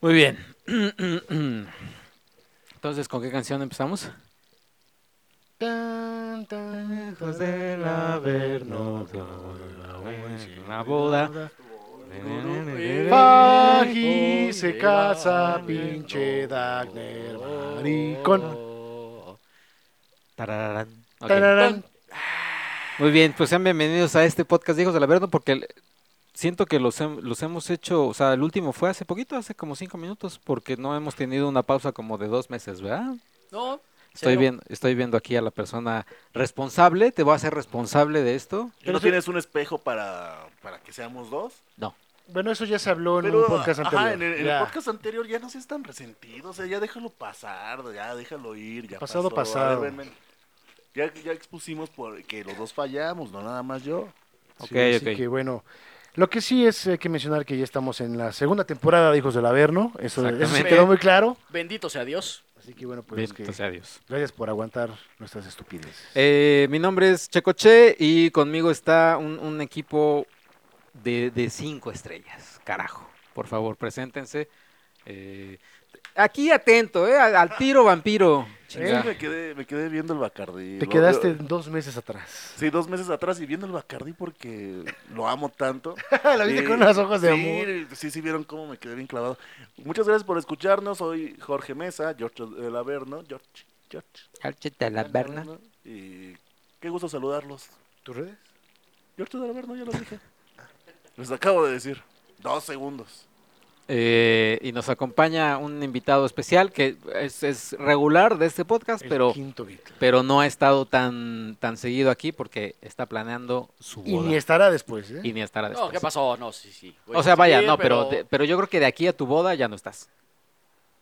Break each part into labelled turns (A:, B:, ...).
A: Muy bien. Entonces, ¿con qué canción empezamos?
B: Tan, tan lejos del averno, en
A: la boda.
B: Faji se casa,
C: Oh.
B: pinche Dagner, maricón.
D: Tararán.
A: Ok.
B: Tararán.
A: Muy bien, pues sean bienvenidos a este podcast de Hijos de la Verdad, porque el- siento que los, hem- los hemos hecho, o sea, el último fue hace poquito, hace como cinco minutos, porque no hemos tenido una pausa como de dos meses, ¿verdad?
E: No.
A: Estoy,
E: cero.
A: bien, estoy viendo aquí a la persona responsable, te voy a hacer responsable de esto.
D: Pero
C: ¿No
D: sí-
C: tienes un espejo para, para que seamos dos?
B: Bueno, eso ya se habló en
C: Pero,
B: un podcast
C: ajá,
B: anterior.
C: en el, en el
B: Ya.
C: podcast anterior ya no seas tan resentido, o sea, ya déjalo pasar, ya déjalo ir, ya
B: Pasado,
C: pasó. A ver,
B: pasado.
C: ven, ven. Ya, ya expusimos por que los dos fallamos, no nada más yo.
A: Ok,
B: Sí, así
A: ok.
B: que bueno, lo que sí es eh, que mencionar que ya estamos en la segunda temporada de Hijos del Averno, eso, eso sí
A: Exactamente.
B: quedó muy claro.
E: Bendito sea Dios.
B: Así que bueno, pues
A: Bien,
B: que
A: entonces, adiós.
B: gracias por aguantar nuestras estupideces.
A: Eh, mi nombre es Checoche y conmigo está un, un equipo de, de cinco estrellas. Carajo, por favor, preséntense. Eh, aquí atento, eh, al, al tiro vampiro.
C: Sí,
A: Chinga.
C: me, quedé, me quedé viendo el Bacardí.
B: Te
C: Lo-
B: quedaste
C: lo-
B: dos meses atrás.
C: sí, dos meses atrás y viendo el Bacardí porque lo amo tanto.
B: la viste con unas hojas de
C: sí,
B: amor.
C: Sí, sí, vieron cómo me quedé bien clavado. Muchas gracias por escucharnos. Soy Jorge Mesa, George del Averno. George, George. Y qué gusto saludarlos.
B: ¿Tus redes?
C: George del Averno, ya lo dije. Les acabo de decir. Dos segundos.
A: Eh, y nos acompaña un invitado especial que es, es regular de este podcast,
B: El
A: pero,
B: quinto Beatle.
A: pero no ha estado tan, tan seguido aquí porque está planeando su
B: Y
A: boda.
B: ni estará después, ¿eh?
A: Y ni estará
E: No,
A: después.
E: ¿qué pasó? No, sí, sí. Voy
A: Pues, O
E: a
A: sea, vaya,
E: seguir,
A: no, pero, de- pero yo creo que de aquí a tu boda ya no estás,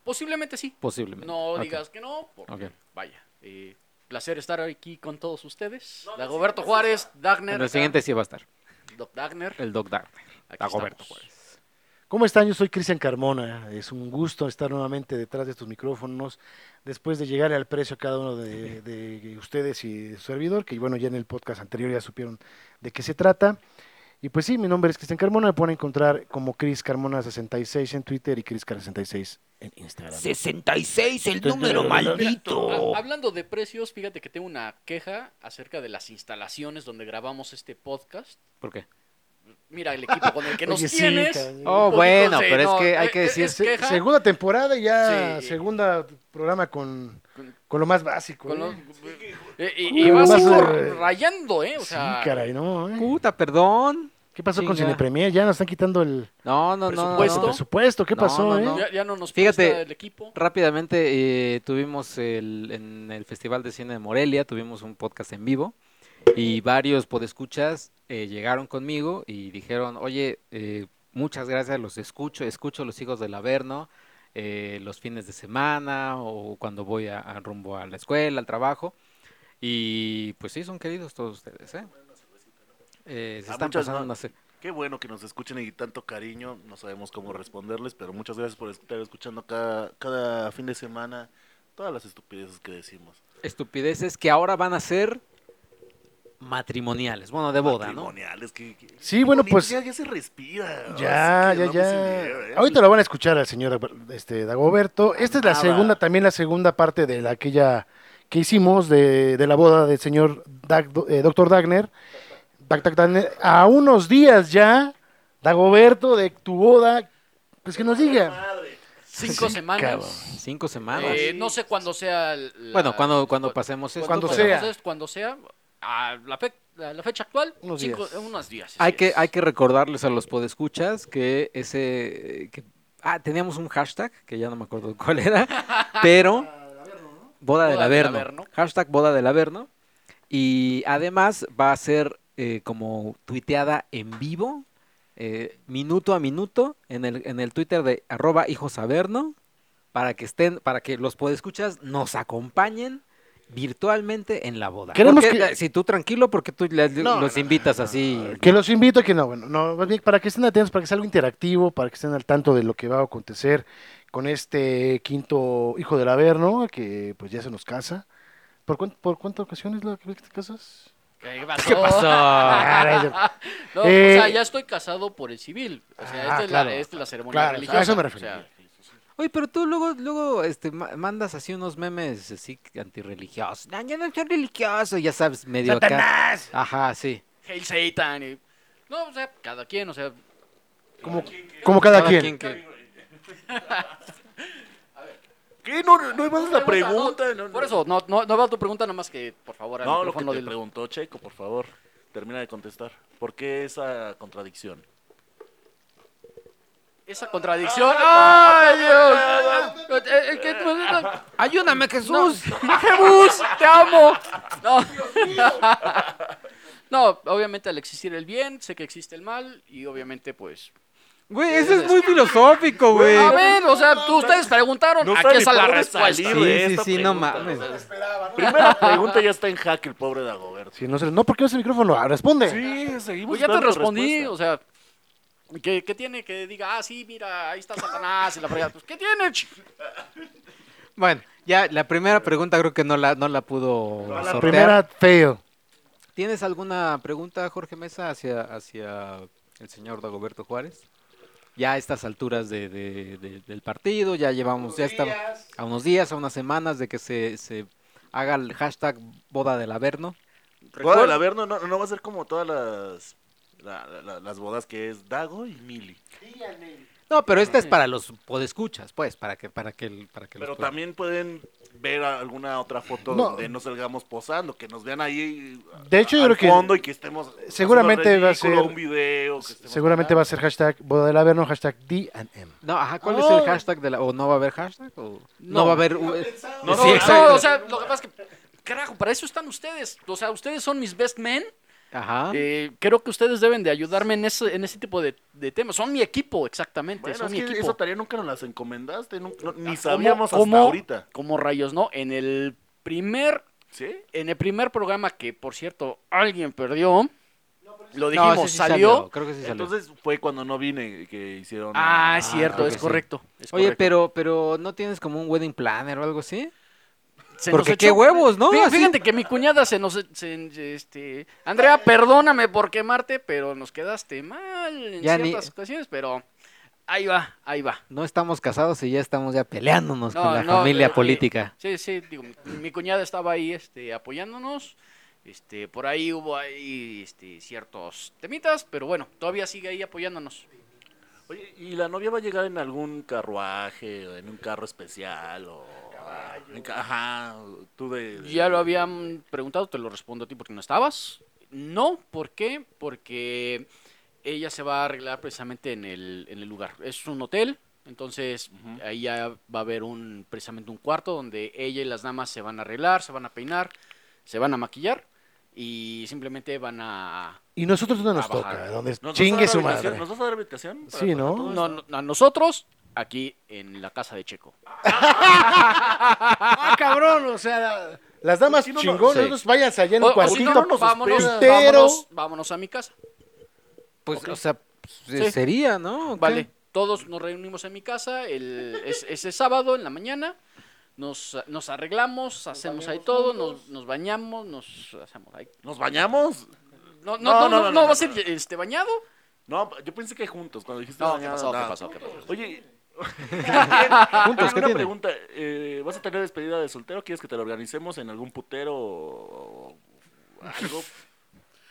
E: Posiblemente sí.
A: posiblemente.
E: No
A: Ok,
E: digas que no, porque
A: ok.
E: vaya. eh, placer estar aquí con todos ustedes. Dagoberto Juárez, Dagner.
A: En el siguiente sí va a estar,
E: acá, Doc Dagner.
A: el Doc Dark.
E: aquí
A: Dagoberto
E: estamos.
A: Juárez.
B: ¿Cómo están? Yo soy Cristian Carmona. Es un gusto estar nuevamente detrás de estos micrófonos después de llegar al precio a cada uno de, de ustedes y de su servidor, que bueno, ya en el podcast anterior ya supieron de qué se trata. Y pues sí, mi nombre es Cristian Carmona. Me pueden encontrar como Cris Carmona66 en Twitter y Cris Car66 en Instagram.
F: 66, el número
E: Ah,
F: maldito.
E: hablando de precios, fíjate que tengo una queja acerca de las instalaciones donde grabamos este podcast.
A: ¿Por qué?
E: Mira el equipo con el que nos
B: Oye, sí,
E: tienes.
B: cabrón.
E: un
A: Oh,
E: poquito,
A: bueno,
E: sí,
A: pero es
E: no,
A: que hay
E: eh,
A: que
E: eh,
A: decir-
E: es
B: Se-
E: queja
B: segunda temporada ya,
E: Sí.
B: segunda programa con,
E: Con-
B: con lo más básico.
E: con
B: ¿eh?
E: los- eh,
B: con
E: y, y
B: lo
E: vas
B: más,
E: por-
B: eh,
E: rayando, ¿eh? O sea,
B: sí, caray, ¿no? ¿eh?
A: Puta, perdón.
B: ¿Qué pasó con
A: chinga.
B: Cine Premier? Ya nos están quitando el
A: No, no, no, no.
E: Presupuesto.
A: no.
B: presupuesto. ¿Qué
A: No,
B: pasó,
A: no,
B: eh?
A: no.
E: Ya, ya no nos
A: Fíjate.
E: presta el equipo.
A: Rápidamente eh, tuvimos el- en el Festival de Cine de Morelia, tuvimos un podcast en vivo y varios podescuchas eh, llegaron conmigo y dijeron, oye, eh, muchas gracias, los escucho, escucho los hijos del Averno eh, los fines de semana o cuando voy a, a rumbo a la escuela, al trabajo. Y pues sí, son queridos todos ustedes, ¿eh? Eh, se
C: Ah,
A: están
C: muchas
A: pasando,
C: gra-
A: a hacer-
C: Qué bueno que nos escuchen y tanto cariño. No sabemos cómo responderles, pero muchas gracias por estar escuchando cada, cada fin de semana todas las estupideces que decimos.
A: estupideces que ahora van a ser matrimoniales, bueno, de boda, ¿no?
C: Matrimoniales, que- que-
B: Sí, bueno,
C: bonito,
B: pues-
C: Ya, ya se respira.
B: Ya,
C: Así
B: ya,
C: que no me
B: ya.
C: sirvió, ¿eh?
B: Ahorita lo van a escuchar al señor este, Dagoberto. Esta es la
C: Nada.
B: segunda, también la segunda parte de la, aquella que hicimos de, de la boda del señor eh, doctor Dagner. Dag- Dag- Dagner. A unos días ya, Dagoberto, de tu boda, pues que nos diga.
C: Madre.
E: Cinco
B: Sí,
E: semanas.
B: cabrón.
A: Cinco semanas.
E: Eh, no sé cuándo sea. la-
A: Bueno, cuando, cuando
E: cu-
A: pasemos esto.
B: Cuando
A: pero
B: sea.
E: entonces, cuando sea. A la, fe- a la fecha actual,
B: Unos
E: cinco-
B: días.
E: unos días. así
A: Hay que,
E: es.
A: hay que recordarles a los podescuchas que ese... que- ah, teníamos un hashtag, que ya no me acuerdo cuál era, pero... Boda del
E: Boda del
A: Averno.
E: Averno.
A: Hashtag Boda del Averno. Y además va a ser eh, como tuiteada en vivo, eh, minuto a minuto, en el, en el Twitter de arroba hijosaverno, para que estén, para que los podescuchas nos acompañen virtualmente en la boda.
B: Queremos
A: Porque,
B: que-
A: eh, Si tú tranquilo, porque tú le-
B: No,
A: los
B: no,
A: invitas así.
B: Que los invito a que no, bueno, no, más bien para que estén atentos, para que sea algo interactivo, para que estén al tanto de lo que va a acontecer con este quinto hijo del Averno, que pues ya se nos casa. ¿Por, cuán- por cuántas ocasiones la que te casas?
E: ¿Qué pasó? No,
B: Eh,
E: o sea, ya estoy casado por el civil. O sea,
B: ah,
E: esta, es
B: claro.
E: la, esta es la ceremonia
B: Claro, a
E: religiosa.
B: eso me
E: o
B: refiero.
E: sea,
A: Oye, pero tú luego, luego este, ma- mandas así unos memes así antirreligiosos. No, yo no soy religioso, ya sabes, medio
B: ¡Satanás!
A: acá. Ajá, sí.
E: Hail Satan. y- No, o sea, cada quien, o sea.
B: Como, como cada,
A: Cada
B: quien.
A: quien que-
C: ¿Qué? No, no, no más la
E: no,
C: pregunta. no, no.
E: Por eso, no, no, no va tu pregunta, nada más que, por favor, al
C: No, lo que
E: micrófono
C: te
E: del-
C: preguntó Checo, por favor. Termina de contestar. ¿Por qué esa contradicción?
E: Esa contradicción. ¡Ay, Dios! Eh, eh, que- no, no,
A: Ayúdame, Jesús.
E: no. ¡Jesús! ¡Te amo! No. No, obviamente al existir el bien, sé que existe el mal y obviamente pues...
A: Güey, eso es muy filosófico, güey.
E: A ver, o sea, tú, ustedes preguntaron,
C: No
E: aquí
C: sabe
E: está
C: ni
E: la
C: por dónde
E: respuesta.
C: salir.
A: Sí,
C: de
A: sí,
C: esta
A: sí, no
C: pregunta,
A: mames.
C: Primera pregunta ya está en hack el pobre Dagoberto.
B: Si no, se, no, porque no es el micrófono. Ah, Responde.
C: Sí, seguimos.
E: Pues ya te
C: dando
E: respondí,
C: respuesta.
E: o sea, ¿qué, qué tiene que diga? Ah, sí, mira, ahí está Satanás y la fregada. Pues, ¿qué tiene? ch-?
A: Bueno, ya la primera pregunta creo que no la, no la pudo
B: A la
A: sortear.
B: primera, fail.
A: ¿Tienes alguna pregunta, Jorge Mesa, hacia, hacia el señor Dagoberto Juárez? Ya a estas alturas de, de- de- del partido, ya llevamos, ya estamos a unos días, a unas semanas de que se, se haga el hashtag boda del Averno.
C: Boda del
E: Recuer-
C: Averno no, no va a ser como todas las, la- la- la- las bodas que es Dago y Mili.
A: No, pero esta es para los podescuchas, pues, para que, para que, el- para que los
C: Pero
A: puedan-
C: también pueden ver a- alguna otra foto
B: No.
C: donde no salgamos posando, que nos vean ahí
B: De hecho, yo
C: al
B: creo que-
C: fondo y que estemos haciendo
B: Seguramente va a
C: ridículo,
B: ser-
C: un video, que estemos
B: Seguramente va a ser hashtag boda del averno, hashtag D&M.
A: No, ajá, ¿cuál es
E: Oh.
A: el hashtag de la, o no va a haber hashtag o no,
E: No.
A: va a haber u- eh,
C: No,
A: Sí,
C: no,
A: exacto.
E: o sea, lo que pasa es que, carajo, para eso están ustedes. O sea, ustedes son mis best men.
A: Ajá.
E: Eh, creo que ustedes deben de ayudarme en ese, en ese tipo de, de temas. Son mi equipo, exactamente.
C: Bueno,
E: son
C: es
E: mi
C: que
E: equipo. Ah,
C: esa tarea nunca nos las encomendaste, nunca- no- ni
E: ¿Cómo-
C: sabíamos hasta
E: cómo-
C: ahorita.
E: Como rayos, ¿no? En el primer,
C: ¿Sí?
E: en el primer programa que, por cierto, alguien perdió. Lo
A: No,
E: dijimos,
A: ese sí
E: salió.
A: Creo que sí salió.
C: Entonces fue cuando no vine que hicieron.
E: Ah,
C: la-
E: es cierto,
A: creo
E: es
A: que sí.
E: correcto. es
A: Oye,
E: correcto.
A: pero, pero ¿no tienes como un wedding planner o algo así?
E: Se nos
A: Porque
E: echó-
A: qué huevos, ¿no?
E: Fí-
A: Así-
E: Fíjate que mi cuñada se nos... se- este... Andrea, perdóname por quemarte, pero nos quedaste mal en
A: Ya ni-
E: ciertas ocasiones, pero ahí va, ahí va.
A: No estamos casados y ya estamos ya peleándonos
E: No,
A: con la
E: no,
A: familia
E: eh,
A: política.
E: Sí, sí, digo, mi, mi cuñada estaba ahí este, apoyándonos. Este, por ahí hubo ahí este, ciertos temitas, pero bueno, todavía sigue ahí apoyándonos.
C: Oye, ¿y la novia va a llegar en algún carruaje, o en un carro especial o. en ca- Ajá, tú de. de-
E: Ya lo habían preguntado, te lo respondo a ti porque no estabas. No, ¿por qué? Porque ella se va a arreglar precisamente en el, en el lugar. Es un hotel, entonces
C: Ujú.
E: ahí ya va a haber un, precisamente un cuarto donde ella y las damas se van a arreglar, se van a peinar, se van a maquillar y simplemente van a
B: Y nosotros dónde nos
E: A bajar.
B: toca, donde
C: ¿Nos vas a
B: chingue
C: dar
B: su
C: habitación?
B: madre.
C: ¿Nos vas a dar habitación? para-
B: Sí,
C: para
B: ¿no?
C: todo
E: No,
C: esto?
E: no, a nosotros aquí en la casa de Checo.
B: Ah, cabrón, o sea, las damas
C: Sí, no, no,
B: chingonas,
A: sí.
B: no nos váyanse allá en
E: O-
B: un
E: o si
B: cuartito. pues,
E: no, no, vámonos,
B: pitero.
E: vámonos, vámonos a mi casa.
A: Pues,
E: ok.
A: o sea, pues,
E: Sí.
A: sería, ¿no? ¿O qué?
E: Vale, todos nos reunimos en mi casa el, es- ese sábado en la mañana. Nos, nos arreglamos, hacemos ahí todo, nos, nos bañamos, nos hacemos ahí.
C: ¿Nos bañamos?
E: No, no, no,
C: No, no,
E: no,
C: no,
E: no
C: no,
E: va a ser
C: no.
E: este bañado.
C: No, yo pensé que juntos, cuando dijiste.
E: No, ¿qué
C: bañado,
E: pasó? ¿Qué
C: nada.
E: pasó? ¿Qué pasó?
C: Oye.
A: Juntos, ¿qué
C: una
A: tiene?
C: pregunta, eh, ¿vas a tener despedida de soltero? ¿Quieres que te lo organicemos en algún putero o algo?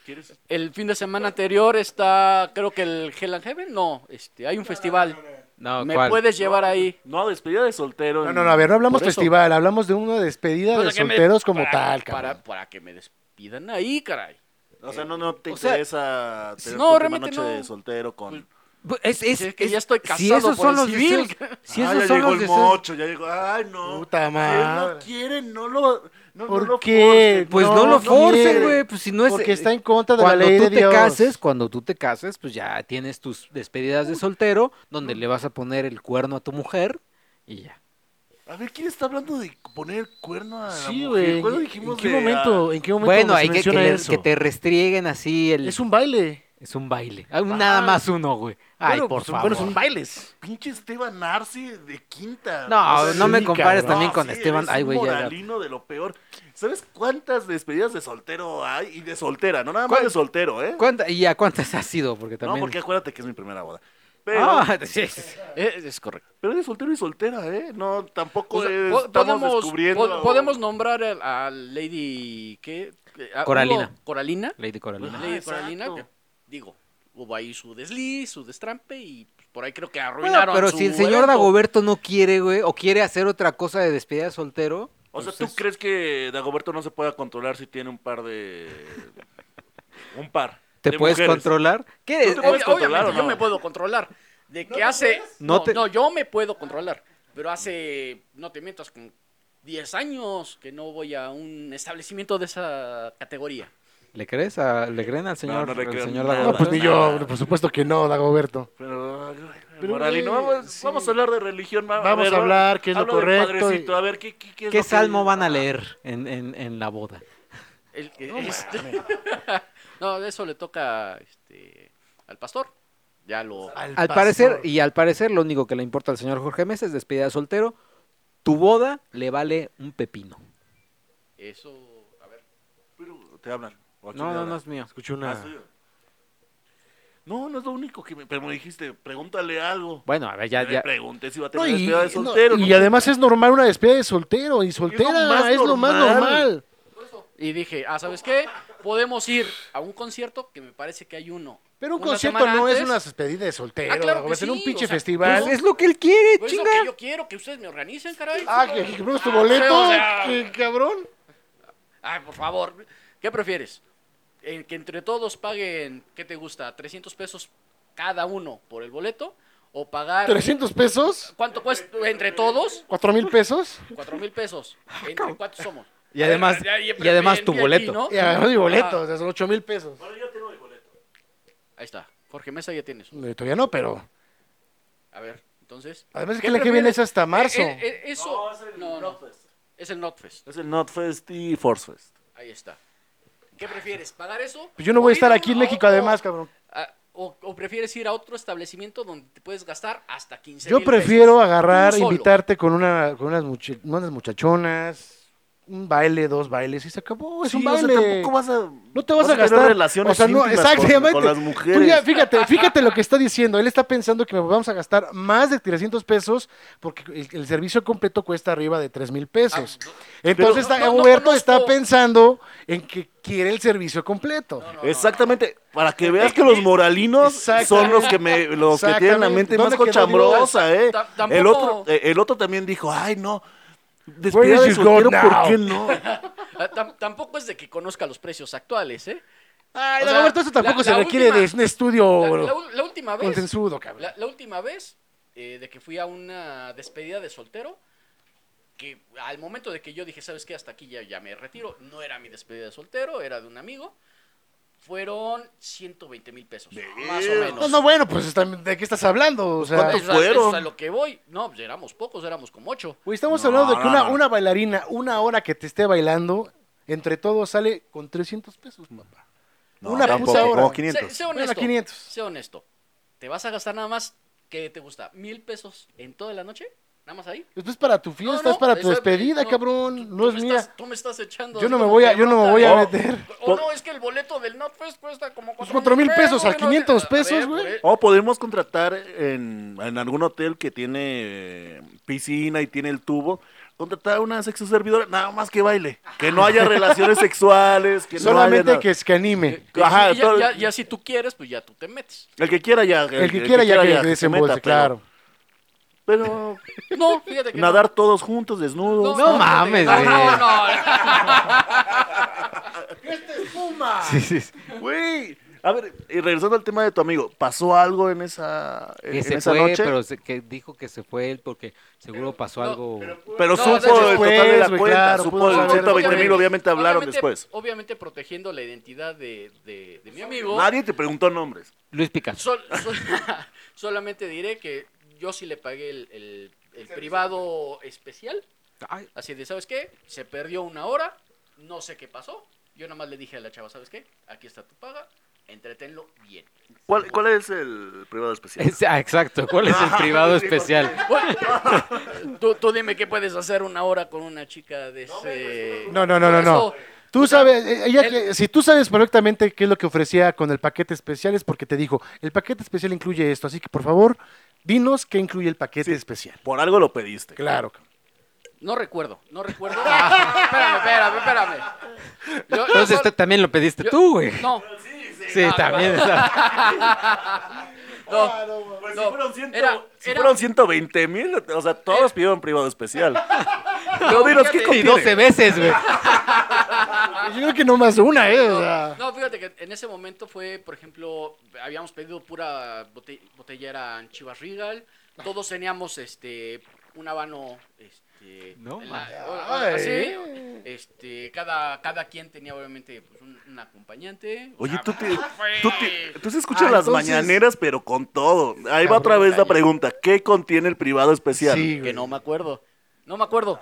C: ¿Quieres?
E: El fin de semana anterior está, creo que el Hell and Heaven. No, este, hay un festival.
A: No,
E: Me
A: ¿cuál?
E: puedes llevar ahí.
C: No, despedida de soltero.
B: No,
C: en-
B: no, no, a ver, no hablamos
E: Por eso.
B: festival, hablamos de una despedida
A: Pues,
E: Para
B: de
E: que me-
B: solteros como
E: para-
B: tal, cabrón.
E: para, para que me despidan ahí, caray.
C: O sea, no, no te
A: O sea,
C: interesa tener
E: no,
C: tu última
E: realmente
C: noche
E: no.
C: de soltero
A: Pues,
C: con...
A: Bu- Es, es,
E: Si es que
A: es-
E: ya estoy
A: si
E: casado
A: esos
E: por
A: son
E: el
A: los
E: civil.
A: deseos, si
C: ah,
A: esos
C: ya
A: son
C: llegó
A: los
C: el
A: deseos-
C: mocho, ya llegó... Ay, no.
B: Puta
C: Él no
B: madre.
C: quiere, no lo... No,
B: ¿Por
C: no lo
B: qué?
C: forcen.
A: pues no,
B: No,
A: lo
B: no
A: forcen,
B: quiere.
A: güey, pues si no es
B: Porque está en contra de la
A: cuando
B: ley
A: tú
B: de
A: te
B: Dios.
A: cases, cuando tú te cases, pues ya tienes tus despedidas de soltero donde le vas a poner el cuerno a tu mujer y ya.
C: A ver, ¿quién está hablando de poner el cuerno a la
B: Sí,
C: mujer?
B: güey.
C: ¿Cuándo
B: Ah, ¿En,
C: dijimos
B: qué
C: de-
B: momento? ¿En qué momento?
A: Bueno,
B: nos
A: hay que que,
B: menciona
A: le-
B: eso?
A: que te restrieguen así el
B: Es un baile.
A: es un baile. Ah, un nada más uno, güey. Ay,
B: Bueno,
A: por
B: son-
A: favor.
B: pues, Bueno, son bailes.
C: ah, pinche Esteban Arce de quinta.
A: No,
C: O sea,
A: no me
B: sí,
A: compares
B: cabrón.
A: también
C: No,
A: con
C: sí,
A: Esteban.
C: eres
A: Ay,
C: un
A: güey, ya, ya.
C: moralino de lo peor. ¿Sabes cuántas despedidas de soltero hay? Y de soltera, no nada más
A: ¿Cuál-
C: de soltero, ¿eh?
A: ¿Cuánta- ¿Y a cuántas has sido? Porque
C: No,
A: también.
C: porque acuérdate que es mi primera boda. Pero,
A: Ah, sí, sí, sí.
E: Eh, Es, correcto.
C: pero eres soltero y soltera, ¿eh? No, tampoco
E: O sea,
C: es-
E: po-
C: Pues, estamos
E: podemos,
C: descubriendo.
E: po- podemos nombrar a, a Lady. ¿Qué? A-
A: Coralina.
E: hubo Coralina.
A: Lady Coralina.
C: Ah,
E: Lady
C: exacto.
E: Coralina. que, digo, hubo ahí su desliz, su destrampe y pues, por ahí creo que
A: Bueno,
E: arruinaron.
A: pero
E: su
A: si el señor
E: evento.
A: Dagoberto no quiere, güey, o quiere hacer otra cosa de despedida de soltero,
C: O sea,
A: pues
C: ¿tú
A: es-
C: crees que Dagoberto no se pueda controlar si tiene un par de. un par.
A: te
C: de
A: puedes
C: mujeres?
A: controlar? ¿Qué
C: ¿Tú te
A: es-
C: puedes
E: Obvia-
C: controlar
E: obviamente
C: o
E: yo
C: no?
E: me puedo controlar. De que hace.
A: No
E: No,
A: te-
E: no, yo me puedo controlar. Pero hace, no te mientas, con 10 años que no voy a un establecimiento de esa categoría.
A: ¿Le crees a, le creen al señor,
C: no le
A: al
C: creo
A: señor
C: nada.
B: No,
A: Dagoberto?
B: pues ni yo, por supuesto que no, Dagoberto.
C: Pero, ay,
B: Pero,
C: Moralino,
B: güey,
C: vamos,
B: sí.
C: vamos a hablar de religión. ma-
B: Vamos
C: ver,
B: a hablar qué es lo
C: hablo del
B: correcto y-
C: Padrecito, A ver, ¿qué, qué, qué, es
A: ¿Qué
C: lo que- Ah,
A: salmo van a leer en, en, en la boda?
E: El- este- no, de eso le toca este, al pastor. Ya lo.
A: Al parecer, y al parecer lo único que le importa al señor Jorge Mesa es despedida de soltero. Tu boda le vale un pepino.
E: Eso. A ver.
C: Pero, Te hablan. ¿O a quién
A: No,
C: le
A: no,
C: hablan?
A: no es mío.
B: Escuché
C: Ah,
B: una.
C: es tuyo. No, no es lo único que me, pero me dijiste. Pregúntale algo.
A: Bueno, a ver, ya,
C: Ya,
A: ya.
C: pregunté si iba a
B: No,
C: tener
B: y,
C: despedida de
B: no,
C: soltero.
B: y
C: ¿no?
B: además es normal una despedida de soltero y soltera,
C: más
B: es lo más
C: normal.
B: normal.
E: Y dije, ah, ¿sabes qué? Podemos ir a un concierto que me parece que hay uno.
B: Pero un
E: una
B: concierto
E: semana
B: no es
E: antes.
B: una despedida de soltero,
E: Ah, claro que
B: Dagoberto, en un
E: sí,
B: pinche
E: o sea,
B: festival.
A: Pues es lo que él quiere,
E: Pues eso
A: chinga.
E: que yo quiero que ustedes me organicen, caray.
B: Ah, que, que compras tu boleto,
E: O sea,
B: que cabrón.
E: Ay, por favor. ¿Qué prefieres? ¿En que entre todos paguen, ¿qué te gusta? ¿300 pesos cada uno por el boleto? ¿O pagar...
B: 300 pesos,
E: ¿Cuánto cuesta entre todos?
B: 4 mil pesos.
E: 4 mil pesos.
B: Ah,
E: ¿Entre cuántos somos?
A: Y además-
E: A ver, ya- ya-
A: y además tu
E: VIP,
A: boleto.
E: ¿no?
B: Y agarró mi boleto,
E: Ah,
B: o sea, son 8 mil pesos.
E: ahí está. Jorge Mesa ya tienes.
B: Eh, Todavía no, pero.
E: A ver, entonces...
B: Además es
E: ¿qué
B: que la que
E: prefieres?
B: viene es hasta marzo.
E: Eh, eh, eh, eso... No, no, Es el Notfest.
C: Es el Notfest y Forcefest.
E: Ahí está. ¿Qué prefieres? ¿Pagar Ah, eso?
B: Pues yo no voy a
E: ¿O
B: estar
E: ir
B: aquí en
E: a
B: México
E: otro-
B: además, cabrón.
E: Ah, o, o prefieres ir a otro establecimiento donde te puedes gastar hasta 15
B: Yo
E: mil
B: prefiero
E: pesos?
B: agarrar,
E: Tú solo.
B: invitarte con una, con unas, much- unas muchachonas, un baile, dos bailes y se acabó. Es un baile.
C: tampoco vas a.
B: No te vas, a
C: tener
B: gastar
C: relaciones
B: o sea, no,
C: íntimas con-
B: exactamente.
C: Con, las
B: Tú
C: mujeres.
B: ya, fíjate, fíjate lo que está diciendo. Él está pensando que vamos a gastar más de 300 pesos porque el, el servicio completo cuesta arriba de 3 mil pesos.
E: Ah,
B: Entonces,
E: Pero-
B: está-
E: No, no, no
B: Roberto
E: conozco.
B: está pensando en que quiere el servicio completo.
C: Exactamente, para que veas que los moralinos
B: Exactamente.
C: son los que me los que tienen la mente
B: Exactamente.
C: más
B: ¿Dónde quedó
C: cochambrosa, eh.
E: Ta- tampoco-
C: El otro eh, el otro también dijo, "Ay, no.
B: Where
C: Despedida de
B: is you go
C: soltero,
B: now?"
C: ¿por qué no?"
E: Ah, tam- tampoco es de que conozca los precios actuales, ¿eh?
B: Ay,
E: O sea,
B: Roberto, eso tampoco
E: la-
B: se
E: la
B: requiere
E: última-
B: de un estudio
E: La, la u- la última vez,
B: consensuado, cabrón.
E: la, la última vez eh, de que fui a una despedida de soltero, que al momento de que yo dije, ¿sabes qué? Hasta aquí ya, ya me retiro. No era mi despedida de soltero, era de un amigo. Fueron 120 mil pesos, más o menos.
B: No, no, bueno, pues está- ¿de qué estás hablando? O sea,
E: ¿Cuántos
C: ¿Cuántos fueron?
E: Eso es a lo que voy. No, pues éramos pocos, éramos como ocho.
B: güey, estamos
C: No,
B: hablando de que
C: no,
B: una,
C: no.
B: una bailarina, una hora que te esté bailando, entre todos sale con 300 pesos, papá. una puta hora.
C: como
E: Sé,
C: 500.
E: sé honesto.
B: Bueno, 500.
E: Sé honesto. ¿Te vas a gastar nada más que te gusta? ¿Mil pesos en toda la noche? ¿Nada más ahí?
B: Esto es para tu fiesta, es para tu
E: esa-
B: despedida,
E: no, tú-
B: cabrón.
E: tú
B: No es
E: me
B: mía.
E: estás- tú me estás echando.
B: Yo
E: así
B: no me
E: como
B: voy a,
E: que
B: yo no me
E: bronca.
B: voy a
C: Oh.
B: meter.
E: O no, es que el boleto del NotFest cuesta como
B: Pues
E: 4
B: cuatro mil pesos al 500 pesos, güey.
C: O podemos contratar en, en algún hotel que tiene eh, piscina y tiene el tubo, contratar a una sexo servidora, nada más que baile, que no haya relaciones sexuales, que
B: Solamente
C: no haya nada.
B: que es que anime.
C: Ajá,
E: Ajá, ya,
C: todo-
E: ya- ya si tú quieres, pues ya tú te metes.
C: El que quiera ya.
B: El que quiera ya que
C: se
B: desembolse,
C: meta, pero-
B: claro.
C: Pero
E: No, fíjate que. no.
C: nadar todos juntos, desnudos.
A: No mames,
E: no,
A: güey.
E: no, no.
A: Sí, sí, sí.
C: Güey. A ver, y regresando al tema de tu amigo, ¿pasó algo en esa, en,
A: Que
C: eh, en
A: se
C: esa
A: fue,
C: noche? Pero,
A: pero se- que dijo que se fue él porque seguro pasó
E: no,
A: algo.
E: No,
C: supo
E: de hecho,
C: el total de la
B: después, güey,
C: cuenta,
B: claro,
C: supo
B: pudo
C: el
B: haber-
C: 120 mil,
B: obviamente-
C: obviamente hablaron
E: obviamente-
C: después.
E: Obviamente protegiendo la identidad de, de- de mi amigo.
C: Nadie te preguntó nombres.
A: Luis Picasso.
E: Sol- sol- solamente diré que yo sí le pagué el, el- el privado especial.
A: Ay,
E: Así de, ¿sabes qué? Se perdió una hora, no sé qué pasó. Yo nada más le dije a la chava, ¿sabes qué? Aquí está tu paga, entretenlo bien.
C: ¿Cuál, cuál es el privado especial?
A: es- ah, exacto. ¿Cuál es el privado especial?
E: Tú, tú dime qué puedes hacer una hora con una chica de ese...
B: No, no, no, no, no.
E: Eso-
B: Tú
E: O sea,
B: sabes, eh, ella-
E: el-
B: eh, si tú sabes perfectamente qué es lo que ofrecía con el paquete especial es porque te dijo, el paquete especial incluye esto, así que por favor, dinos qué incluye el paquete especial.
C: Por algo lo pediste.
B: Claro. cabrón.
E: No recuerdo, no recuerdo. espérame, espérame, espérame. Yo- yo
A: Entonces
E: solo-
A: te- también lo pediste
E: yo-
A: tú, güey.
E: No,
A: sí,
E: no,
A: también. esa-
E: no.
C: Pues
E: No,
C: si fueron, ciento-
E: era-
C: si
E: era-
C: fueron 120 mil, o sea, todos pidieron privado especial. No, dinos qué
A: Y
C: contiene.
A: 12 veces, güey.
B: Yo creo que no más una, ¿eh? O sea,
E: No, no, fíjate que en ese momento fue, por ejemplo, habíamos pedido pura bote- botellera en Chivas Regal. Todos teníamos este un habano este
A: No
E: en
A: mames.
E: o- o- así.
B: Ay.
E: Este, cada cada quien tenía obviamente pues, un, un acompañante.
C: Oye,
E: Ah,
C: tú te,
E: fue-
C: tú te- tú sí escuchas
B: Ah,
C: las
B: entonces-
C: mañaneras, pero con todo. Ahí
D: Ah,
C: va otra vez la pregunta. ¿Qué contiene el privado especial?
B: Sí,
E: que
B: güey.
E: no me acuerdo. No me acuerdo.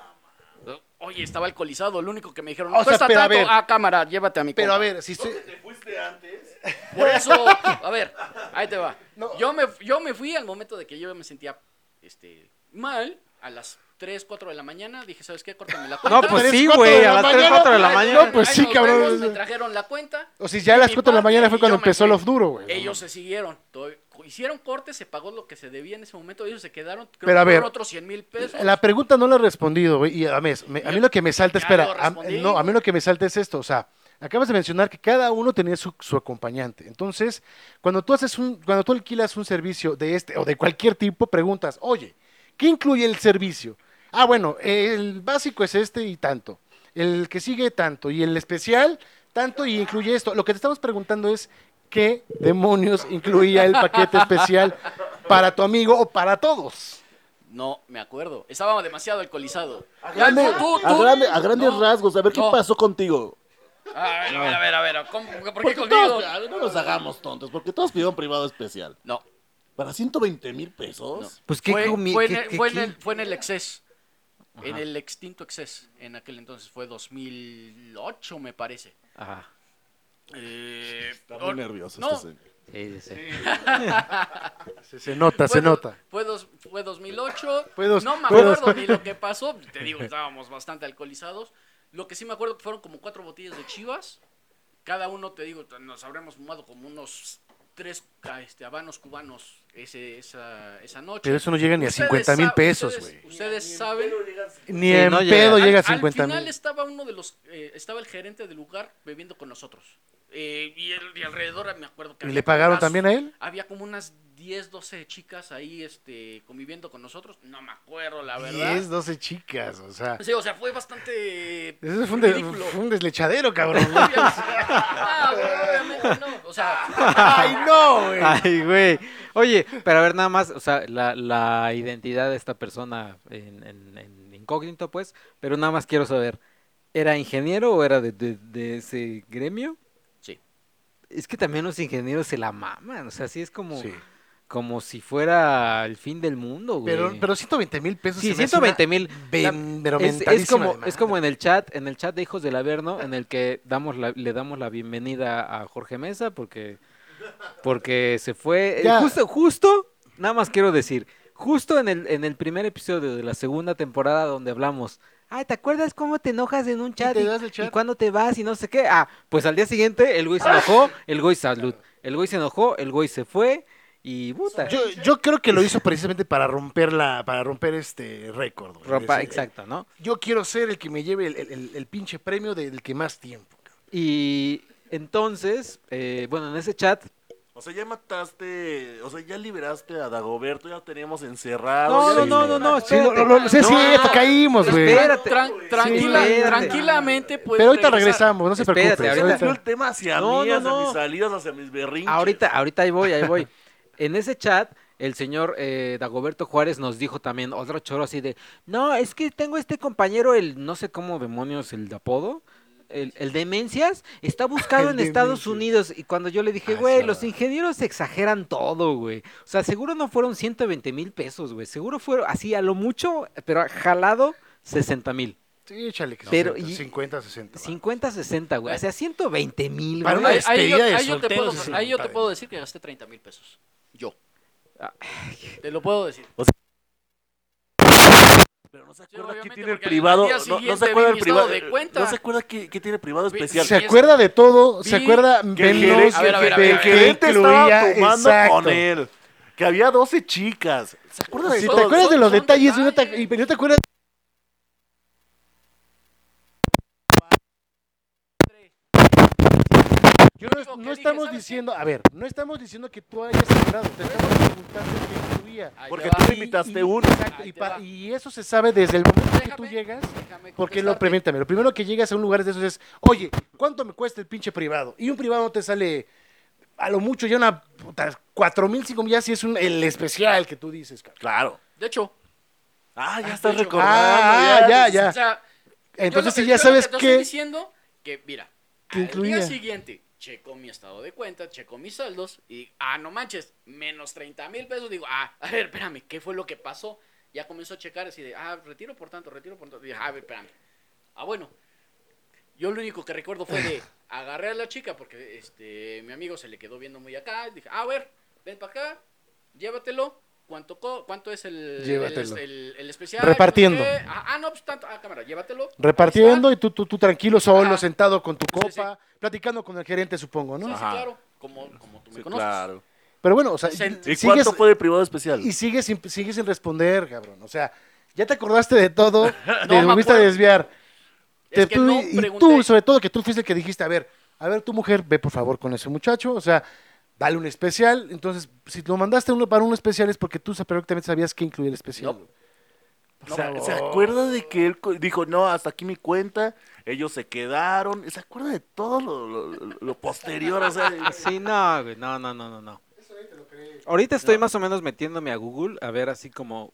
E: Oye, estaba alcoholizado, lo único que me dijeron,
B: O sea,
E: cuesta
B: pero a
E: tanto,
B: ver.
E: ah, cámara, llévate a mi
B: Pero
E: compa".
B: a ver, si se-
E: Por eso, a ver, ahí te va.
B: No.
E: Yo, me, yo me fui al momento de que yo me sentía este, mal, a las 3, 4 de la mañana, dije, ¿sabes qué? Córtame la cuenta.
A: No, pues
B: Tres,
A: sí,
B: cuatro
A: güey.
B: de
A: A
B: la
A: las 3,
B: mañana.
A: 4 de la
E: Ay,
A: mañana.
B: No, pues
E: ahí
B: sí,
E: nos
B: cabrón.
E: vemos, me trajeron la cuenta.
B: o si ya a las
E: Mi
B: 4 de la
E: parte,
B: mañana fue
E: y
B: cuando
E: yo me
B: empezó
E: fui.
B: Love Duro, güey. ¿no?
E: Ellos se siguieron. to- Hicieron corte, se pagó lo que se debía en ese momento. Ellos se quedaron, creo
B: Pero a
E: que fueron
B: ver,
E: otros 100 mil pesos.
B: La pregunta no la he respondido, güey. Y a, mes- me- a mí lo que me salta,
E: Ya
B: espera,
E: lo
B: a-
E: respondí,
B: no, a mí
E: güey.
B: lo que me salta es esto, o sea, acabas de mencionar que cada uno tenía su, su acompañante. Entonces, cuando tú haces un, cuando tú alquilas un servicio de este o de cualquier tipo, preguntas, oye, ¿qué incluye el servicio? Ah, bueno, el básico es este y tanto, el que sigue tanto y el especial tanto y incluye esto. Lo que te estamos preguntando es qué demonios incluía el paquete especial para tu amigo o para todos.
E: No, me acuerdo. Estaba demasiado alcoholizado.
D: A, grande-
E: Ya, tú- tú-
D: a grande- a grandes
E: no.
D: rasgos, a ver
E: No.
D: qué pasó contigo.
E: A ver, a ver, a ver, a ver. ¿cómo- ¿Por qué
D: Porque
E: conmigo?
D: todos- a ver, no nos hagamos tontos, porque todos pidieron privado especial.
E: No.
D: ¿Para 120 mil pesos?
A: Pues qué
E: fue,
A: comi-
E: fue en
A: qué-
E: el,
A: qué-
E: fue en
A: qué-
E: el- fue en el exces. En el extinto exces. En aquel entonces fue 2008, me parece.
A: Ajá.
E: Eh,
D: Está muy
E: or-
D: nervioso
E: no,
D: este señor.
A: Sí, sí, sí.
B: Se, se nota,
E: fue
B: se
E: do-
B: nota.
E: Fue, dos- fue 2008.
B: Fue dos-
E: no me
B: fue dos-
E: acuerdo ni lo que pasó. Te digo, estábamos bastante alcoholizados. Lo que sí me acuerdo que fueron como cuatro botellas de chivas. Cada uno, te digo, nos habremos fumado como unos tres ah, este, habanos cubanos ese, esa, esa noche.
B: Pero eso no llega ni a
E: Ustedes
B: 50 mil
E: sab-
B: pesos,
E: ustedes-
B: güey.
E: Ustedes saben.
B: Ni
A: Sí,
B: en
A: no llega.
B: pedo
A: Al-
B: llega a
E: al, al
B: 50
E: final
B: mil.
E: estaba uno de los, eh, estaba el gerente del lugar bebiendo con nosotros. Eh, y, el- y alrededor me acuerdo que...
B: ¿Y
E: había
B: le pagaron
E: unas-
B: también a él?
E: Había como unas 10, 12 chicas ahí este, conviviendo con nosotros. No me acuerdo, la verdad.
B: 10, 12 chicas, o sea.
E: Sí, o sea, fue bastante...
B: Eso fue un, de-
E: ridículo.
B: fue un deslechadero, cabrón.
E: Ah, obviamente no. O sea,
B: ¡Ay, no, güey!
A: Ay, güey. Oye, pero a ver, nada más, o sea, la, la identidad de esta persona en, en- en incógnito, pues, pero nada más quiero saber, ¿era ingeniero o era de, de- de ese gremio?
E: Sí.
A: Es que también los ingenieros se la maman, o sea, sí es como,
B: Sí.
A: como si fuera el fin del mundo, güey.
B: Pero, pero 120 mil pesos.
A: Sí,
B: se me hace una
A: 120 mil.
B: ven- pero
A: Es, es
B: mentadísima
A: como,
B: de
A: es como
B: madre.
A: en el chat, en el chat de Hijos del Averno, en el que damos la- le damos la bienvenida a Jorge Mesa porque, porque se fue. eh,
B: Ya.
A: Justo, justo, nada más quiero decir, justo en el, en el primer episodio de la segunda temporada donde hablamos. Ay, ¿te acuerdas cómo te enojas en un chat?
B: te das el chat?
A: cuándo te vas y no sé qué? Ah, pues al día siguiente el güey se enojó, el güey salud. El güey se enojó, el güey se fue y puta.
B: Yo, yo creo que lo hizo precisamente para romper la, para romper este récord. güey.
A: Ropa,
B: Es-
A: exacto, ¿no?
B: Yo quiero ser el que me lleve el, el- el- el pinche premio del que más tiempo. cabrón.
A: Y entonces, eh, bueno, en ese chat
C: O sea, ya mataste, o sea, ya liberaste a Dagoberto, ya lo teníamos encerrado.
A: No,
C: ya
A: no,
C: lo
A: no, no, no,
C: liberaste.
B: Sí, lo- lo- lo- sí, es
A: No,
B: cierto, caímos, güey.
A: espérate.
E: tran- tranquila-
A: espérate.
E: tranquilamente pues, puedes
B: Pero ahorita
E: regresar.
B: regresamos, no se
A: Espérate,
B: preocupen.
A: ahorita-
C: Yo el tema hacia
A: No,
C: mí,
A: no,
C: hacia
A: no.
C: mis salidas, hacia mis berrinches.
A: Ahorita, ahorita ahí voy, ahí voy. En ese chat, el señor eh, Dagoberto Juárez nos dijo también otro choro así de, no, es que tengo este compañero, el no sé cómo demonios, el de apodo. El, el demencias está buscado en
B: El
A: Estados
B: Demencias.
A: Unidos y cuando yo le dije,
B: Ah, sí,
A: güey,
B: es
A: los
B: verdad.
A: ingenieros exageran todo, güey. O sea, seguro no fueron 120 mil pesos, güey. Seguro fueron así a lo mucho, pero jalado 60 mil.
B: Sí, échale que
A: Pero,
B: 60,
A: y-
B: 50, 60. va.
A: 50, 60, güey. O sea, 120 mil,
B: Para
A: güey.
B: una
E: Ahí- ahí yo-
B: despedida de
E: ahí yo te
B: solteros
E: puedo-
B: de
E: ahí yo te
B: 50.
E: puedo decir que gasté 30 mil pesos.
B: Ah.
E: Yo. Te lo puedo decir.
C: Pero no
E: Sí,
C: se acuerda que
E: obviamente,
C: tiene el
E: porque al
C: privado.
E: día
C: No, no
E: siguiente
C: se acuerda
E: vi
C: el
E: mi estado
C: privado.
E: de cuenta.
C: No se acuerda que, que tiene privado
E: Ve-
C: especial.
B: Se
E: Sí,
B: acuerda de todo, se
E: Vi
B: acuerda
C: que el
B: menos
C: gerente,
E: A ver, a ver, a ver,
B: de
C: que el
E: a
B: que
C: gerente
B: incluía,
C: estaba tomando
B: exacto.
C: con él. Que había 12 chicas. ¿Se acuerda de
B: Si
C: todo?
B: te acuerdas de los
E: son
B: detalles, y no te-
E: detalles.
B: y no te acuerdas Yo no- no,
E: Lo único que dije,
B: estamos
E: ¿sabes qué?
B: diciendo, a ver, no estamos diciendo que tú hayas entrado, te estamos preguntando qué incluía.
E: Ahí te
C: Porque
E: va.
C: tú
B: Y-
C: invitaste
B: y-
C: uno.
B: exacto,
E: Ahí
B: y,
E: te
B: pa-
E: va.
B: y eso se sabe desde el momento que tú
E: Déjame-
B: llegas.
E: déjame
B: Porque lo,
E: contestarte.
B: permítame, lo primero que llegas a un lugar de esos es, oye, ¿cuánto me cuesta el pinche privado? Y un privado no te sale a lo mucho ya una puta, cuatro mil, cinco mil, ya si es un, el especial que tú dices, cabrón.
C: Claro.
E: De hecho,
C: Ah, ya estás
E: de hecho.
C: recordando.
B: Ah, ya, ya.
E: o sea,
B: Entonces,
E: yo
B: si
E: lo que-
B: ya
E: yo lo
B: sabes
E: que te
B: que...
E: estoy diciendo que, mira,
B: que
E: al
B: incluía.
E: día siguiente checo mi estado de cuenta, checo mis saldos y, ah, no manches, menos 30 mil pesos. Digo, ah, a ver, espérame, ¿qué fue lo que pasó? Ya comenzó a checar así de, ah, retiro por tanto, retiro por tanto. Dije, ah, a ver, espérame. Ah, bueno. Yo lo único que recuerdo fue de agarré a la chica porque este mi amigo se le quedó viendo muy acá. Dije, ah, a ver, ven para acá, llévatelo. ¿Cuánto, co- cuánto es el,
B: Llévatelo.
E: el, el- el especial?
B: Repartiendo.
E: No sé qué. Ah, ah, no, pues tanto. Ah, cámara, llévatelo.
B: Repartiendo y tú, tú, tú tranquilo, solo,
E: Ajá.
B: sentado con tu
E: Sí, sí.
B: copa, platicando con el gerente, supongo, ¿no?
E: Sí, sí,
C: Ajá.
E: claro. Como, como tú me
C: Sí,
E: conoces.
C: claro.
B: Pero bueno, o sea,
E: Sí.
C: ¿Y
B: sigues-
C: cuánto fue de privado especial?
B: y sigues sin, sigues sin responder, cabrón. O sea, ya te acordaste de todo, te
E: me
B: volviste a
E: acuerdo.
B: desviar.
E: Es
B: Te-
E: que
B: tú-
E: no
B: y tú,
E: pregunté.
B: sobre todo, que tú fuiste el que dijiste, a ver, a ver, tu mujer, ve por favor con ese muchacho, o sea, dale un especial. Entonces, si lo mandaste uno para un especial es porque tú sa- perfectamente sabías que incluía el especial.
E: No.
C: O sea, ¿Se acuerda de que él co- dijo, no, hasta aquí mi cuenta? Ellos se quedaron. ¿Se acuerda de todo lo, lo- lo posterior? O sea,
A: Sí, no, güey, no, no, no, no, no. Ahorita estoy más o menos metiéndome a Google a ver así como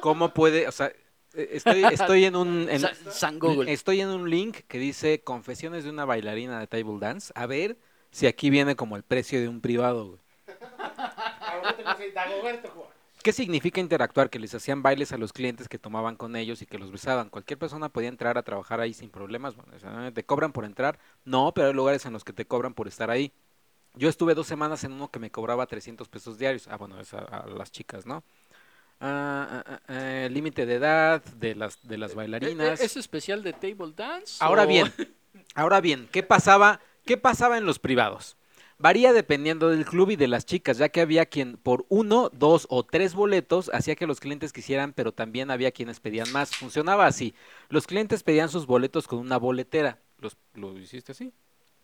A: cómo puede, o sea, eh, estoy estoy en un en-
E: San- San Google.
A: estoy en un link que dice Confesiones de una bailarina de table dance, a ver si aquí viene como el precio de un privado. güey. ¿Qué significa interactuar? Que les hacían bailes a los clientes que tomaban con ellos y que los besaban. Cualquier persona podía entrar a trabajar ahí sin problemas. Bueno, o sea, ¿Te cobran por entrar? No, pero hay lugares en los que te cobran por estar ahí. Yo estuve dos semanas en uno que me cobraba 300 pesos diarios. Ah, bueno, es a, a las chicas, ¿no? Ah, ah, ah, ah, límite de edad de las, de las bailarinas.
E: ¿E- ¿Es especial de table dance?
A: Ahora
E: o-
A: bien, ahora bien, ¿qué pasaba? ¿Qué pasaba en los privados? Varía dependiendo del club y de las chicas, ya que había quien por uno, dos o tres boletos hacía que los clientes quisieran, pero también había quienes pedían más. Funcionaba así. Los clientes pedían sus boletos con una boletera. ¿Los, ¿Lo hiciste así?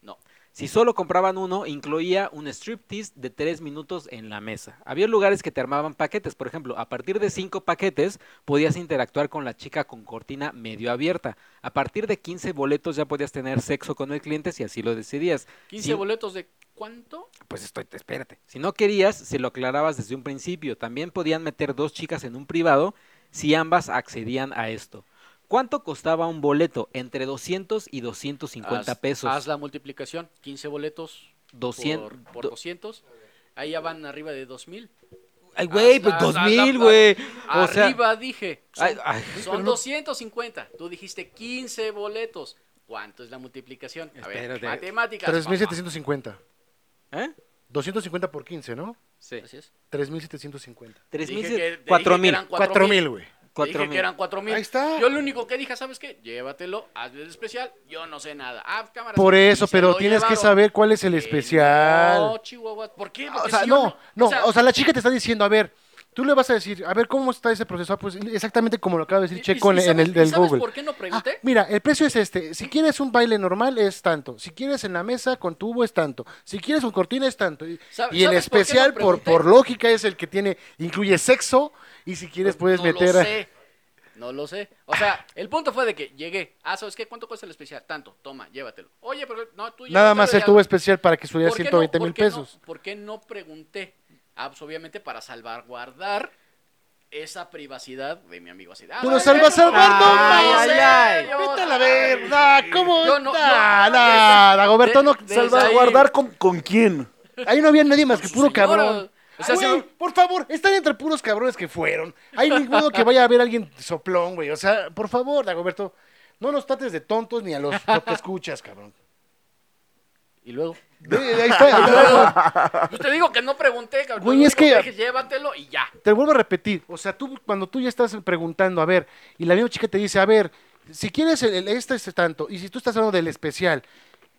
E: No.
A: Si solo compraban uno, incluía un striptease de tres minutos en la mesa. Había lugares que te armaban paquetes. Por ejemplo, a partir de cinco paquetes podías interactuar con la chica con cortina medio abierta. A partir de 15 boletos ya podías tener sexo con el cliente si así lo decidías.
E: 15
A: Sí.
E: boletos de cuánto?
A: Pues estoy, espérate. Si no querías, se lo aclarabas desde un principio. También podían meter dos chicas en un privado si ambas accedían a esto. ¿Cuánto costaba un boleto? Entre 200 y 250
E: Haz-
A: pesos.
E: Haz la multiplicación. 15 boletos
A: 200,
E: por, por 200. Ahí ya van arriba de 2000.
F: Ay, güey, pues
E: Hasta-
F: dos
E: hasta-
F: mil,
E: hasta-
F: güey.
A: O sea-
E: arriba dije. Son,
A: Ay, ay,
E: son 250. Tú dijiste 15 boletos. ¿Cuánto es la multiplicación? A ver,
A: Espérate.
E: matemáticas. papá.
B: 3.750.
A: ¿Eh?
B: 250 por 15, ¿no?
A: Sí.
E: Así es.
B: 3.750.
A: Tres
E: Dije
A: mil,
E: que-
A: se-
E: dije
A: cuatro
E: que
A: mil,
E: eran cuatro
B: 4.000, güey.
E: Te
A: cuatro
E: dije que
A: mil.
E: eran 4000.
B: Ahí está.
E: Yo lo único que dije, ¿sabes qué? Llévatelo, hazle el especial. Yo no sé nada. Ah, cámara,
B: Por
E: sí,
B: eso,
E: se
B: pero
E: lo
B: tienes que
E: llevaron.
B: saber cuál es el
E: Eh,
B: especial. Ah,
E: No, Chihuahua. ¿Por qué?
B: O
E: Porque
B: sea,
E: si yo
B: no, no, o sea, la chica te está diciendo, a ver, tú le vas a decir, a ver, ¿cómo está ese proceso? Ah, pues exactamente como lo acaba de
E: ¿Y-
B: decir
E: y-
B: Checo
E: y
B: en, en
E: sabes-
B: el
E: y
B: del
E: sabes
B: Google.
E: ¿Por qué no
B: Ah,
E: pregunté?
B: mira, el precio es este. Si quieres un baile normal es tanto. Si quieres en la mesa con tubo es tanto. Si quieres con cortina es tanto. Y,
E: ¿Sabe-
B: y el
E: sabes por qué no
B: especial por,
E: pregunté?
B: por lógica es el que tiene incluye sexo y si quieres puedes
E: Pues no
B: meter
E: Lo
B: a-
E: sé. No lo sé. O sea, el punto fue de que llegué. Ah, ¿sabes qué? ¿Cuánto cuesta el especial? Tanto, toma, llévatelo. Oye, pero no, tú
B: nada más
E: llévatelo
B: el
E: ya.
B: tubo especial para que subiera
E: ¿Por qué no?
B: 120
E: ¿Por
B: mil
E: qué no?
B: pesos.
E: ¿Por qué no pregunté? Ah, pues, obviamente para salvaguardar esa privacidad de mi amigo así. de, ah,
B: Tú
E: bueno,
B: lo salvas
E: bueno,
B: Alberto,
E: ay,
B: no
E: ay,
B: sé,
E: ay, yo-
B: Vete a la verdad, ¿cómo?
E: Yo no-
B: Nah,
E: yo-
B: nah, Dagoberto,
E: de-
B: no,
E: de-
B: salva-
C: ¿Salvaguardar con, con quién?
B: Ahí no había nadie más que puro
E: señora.
B: cabrón.
E: O sea,
B: Güey,
E: señor-
B: por favor, están entre puros cabrones que fueron. Hay ninguno que vaya a ver a alguien soplón, güey. O sea, por favor, Dagoberto, no nos trates de tontos ni a los que escuchas, cabrón.
E: Y luego.
B: Sí, ahí está, ahí está.
E: Yo te digo que no pregunté, cabrón.
B: Güey,
E: Tú
B: es
E: no lo
B: que-
E: dejes, llévatelo y ya.
B: Te vuelvo a repetir, o sea, tú cuando tú ya estás preguntando, a ver, y la misma chica te dice, a ver, si quieres el, el- este es tanto, y si tú estás hablando del especial,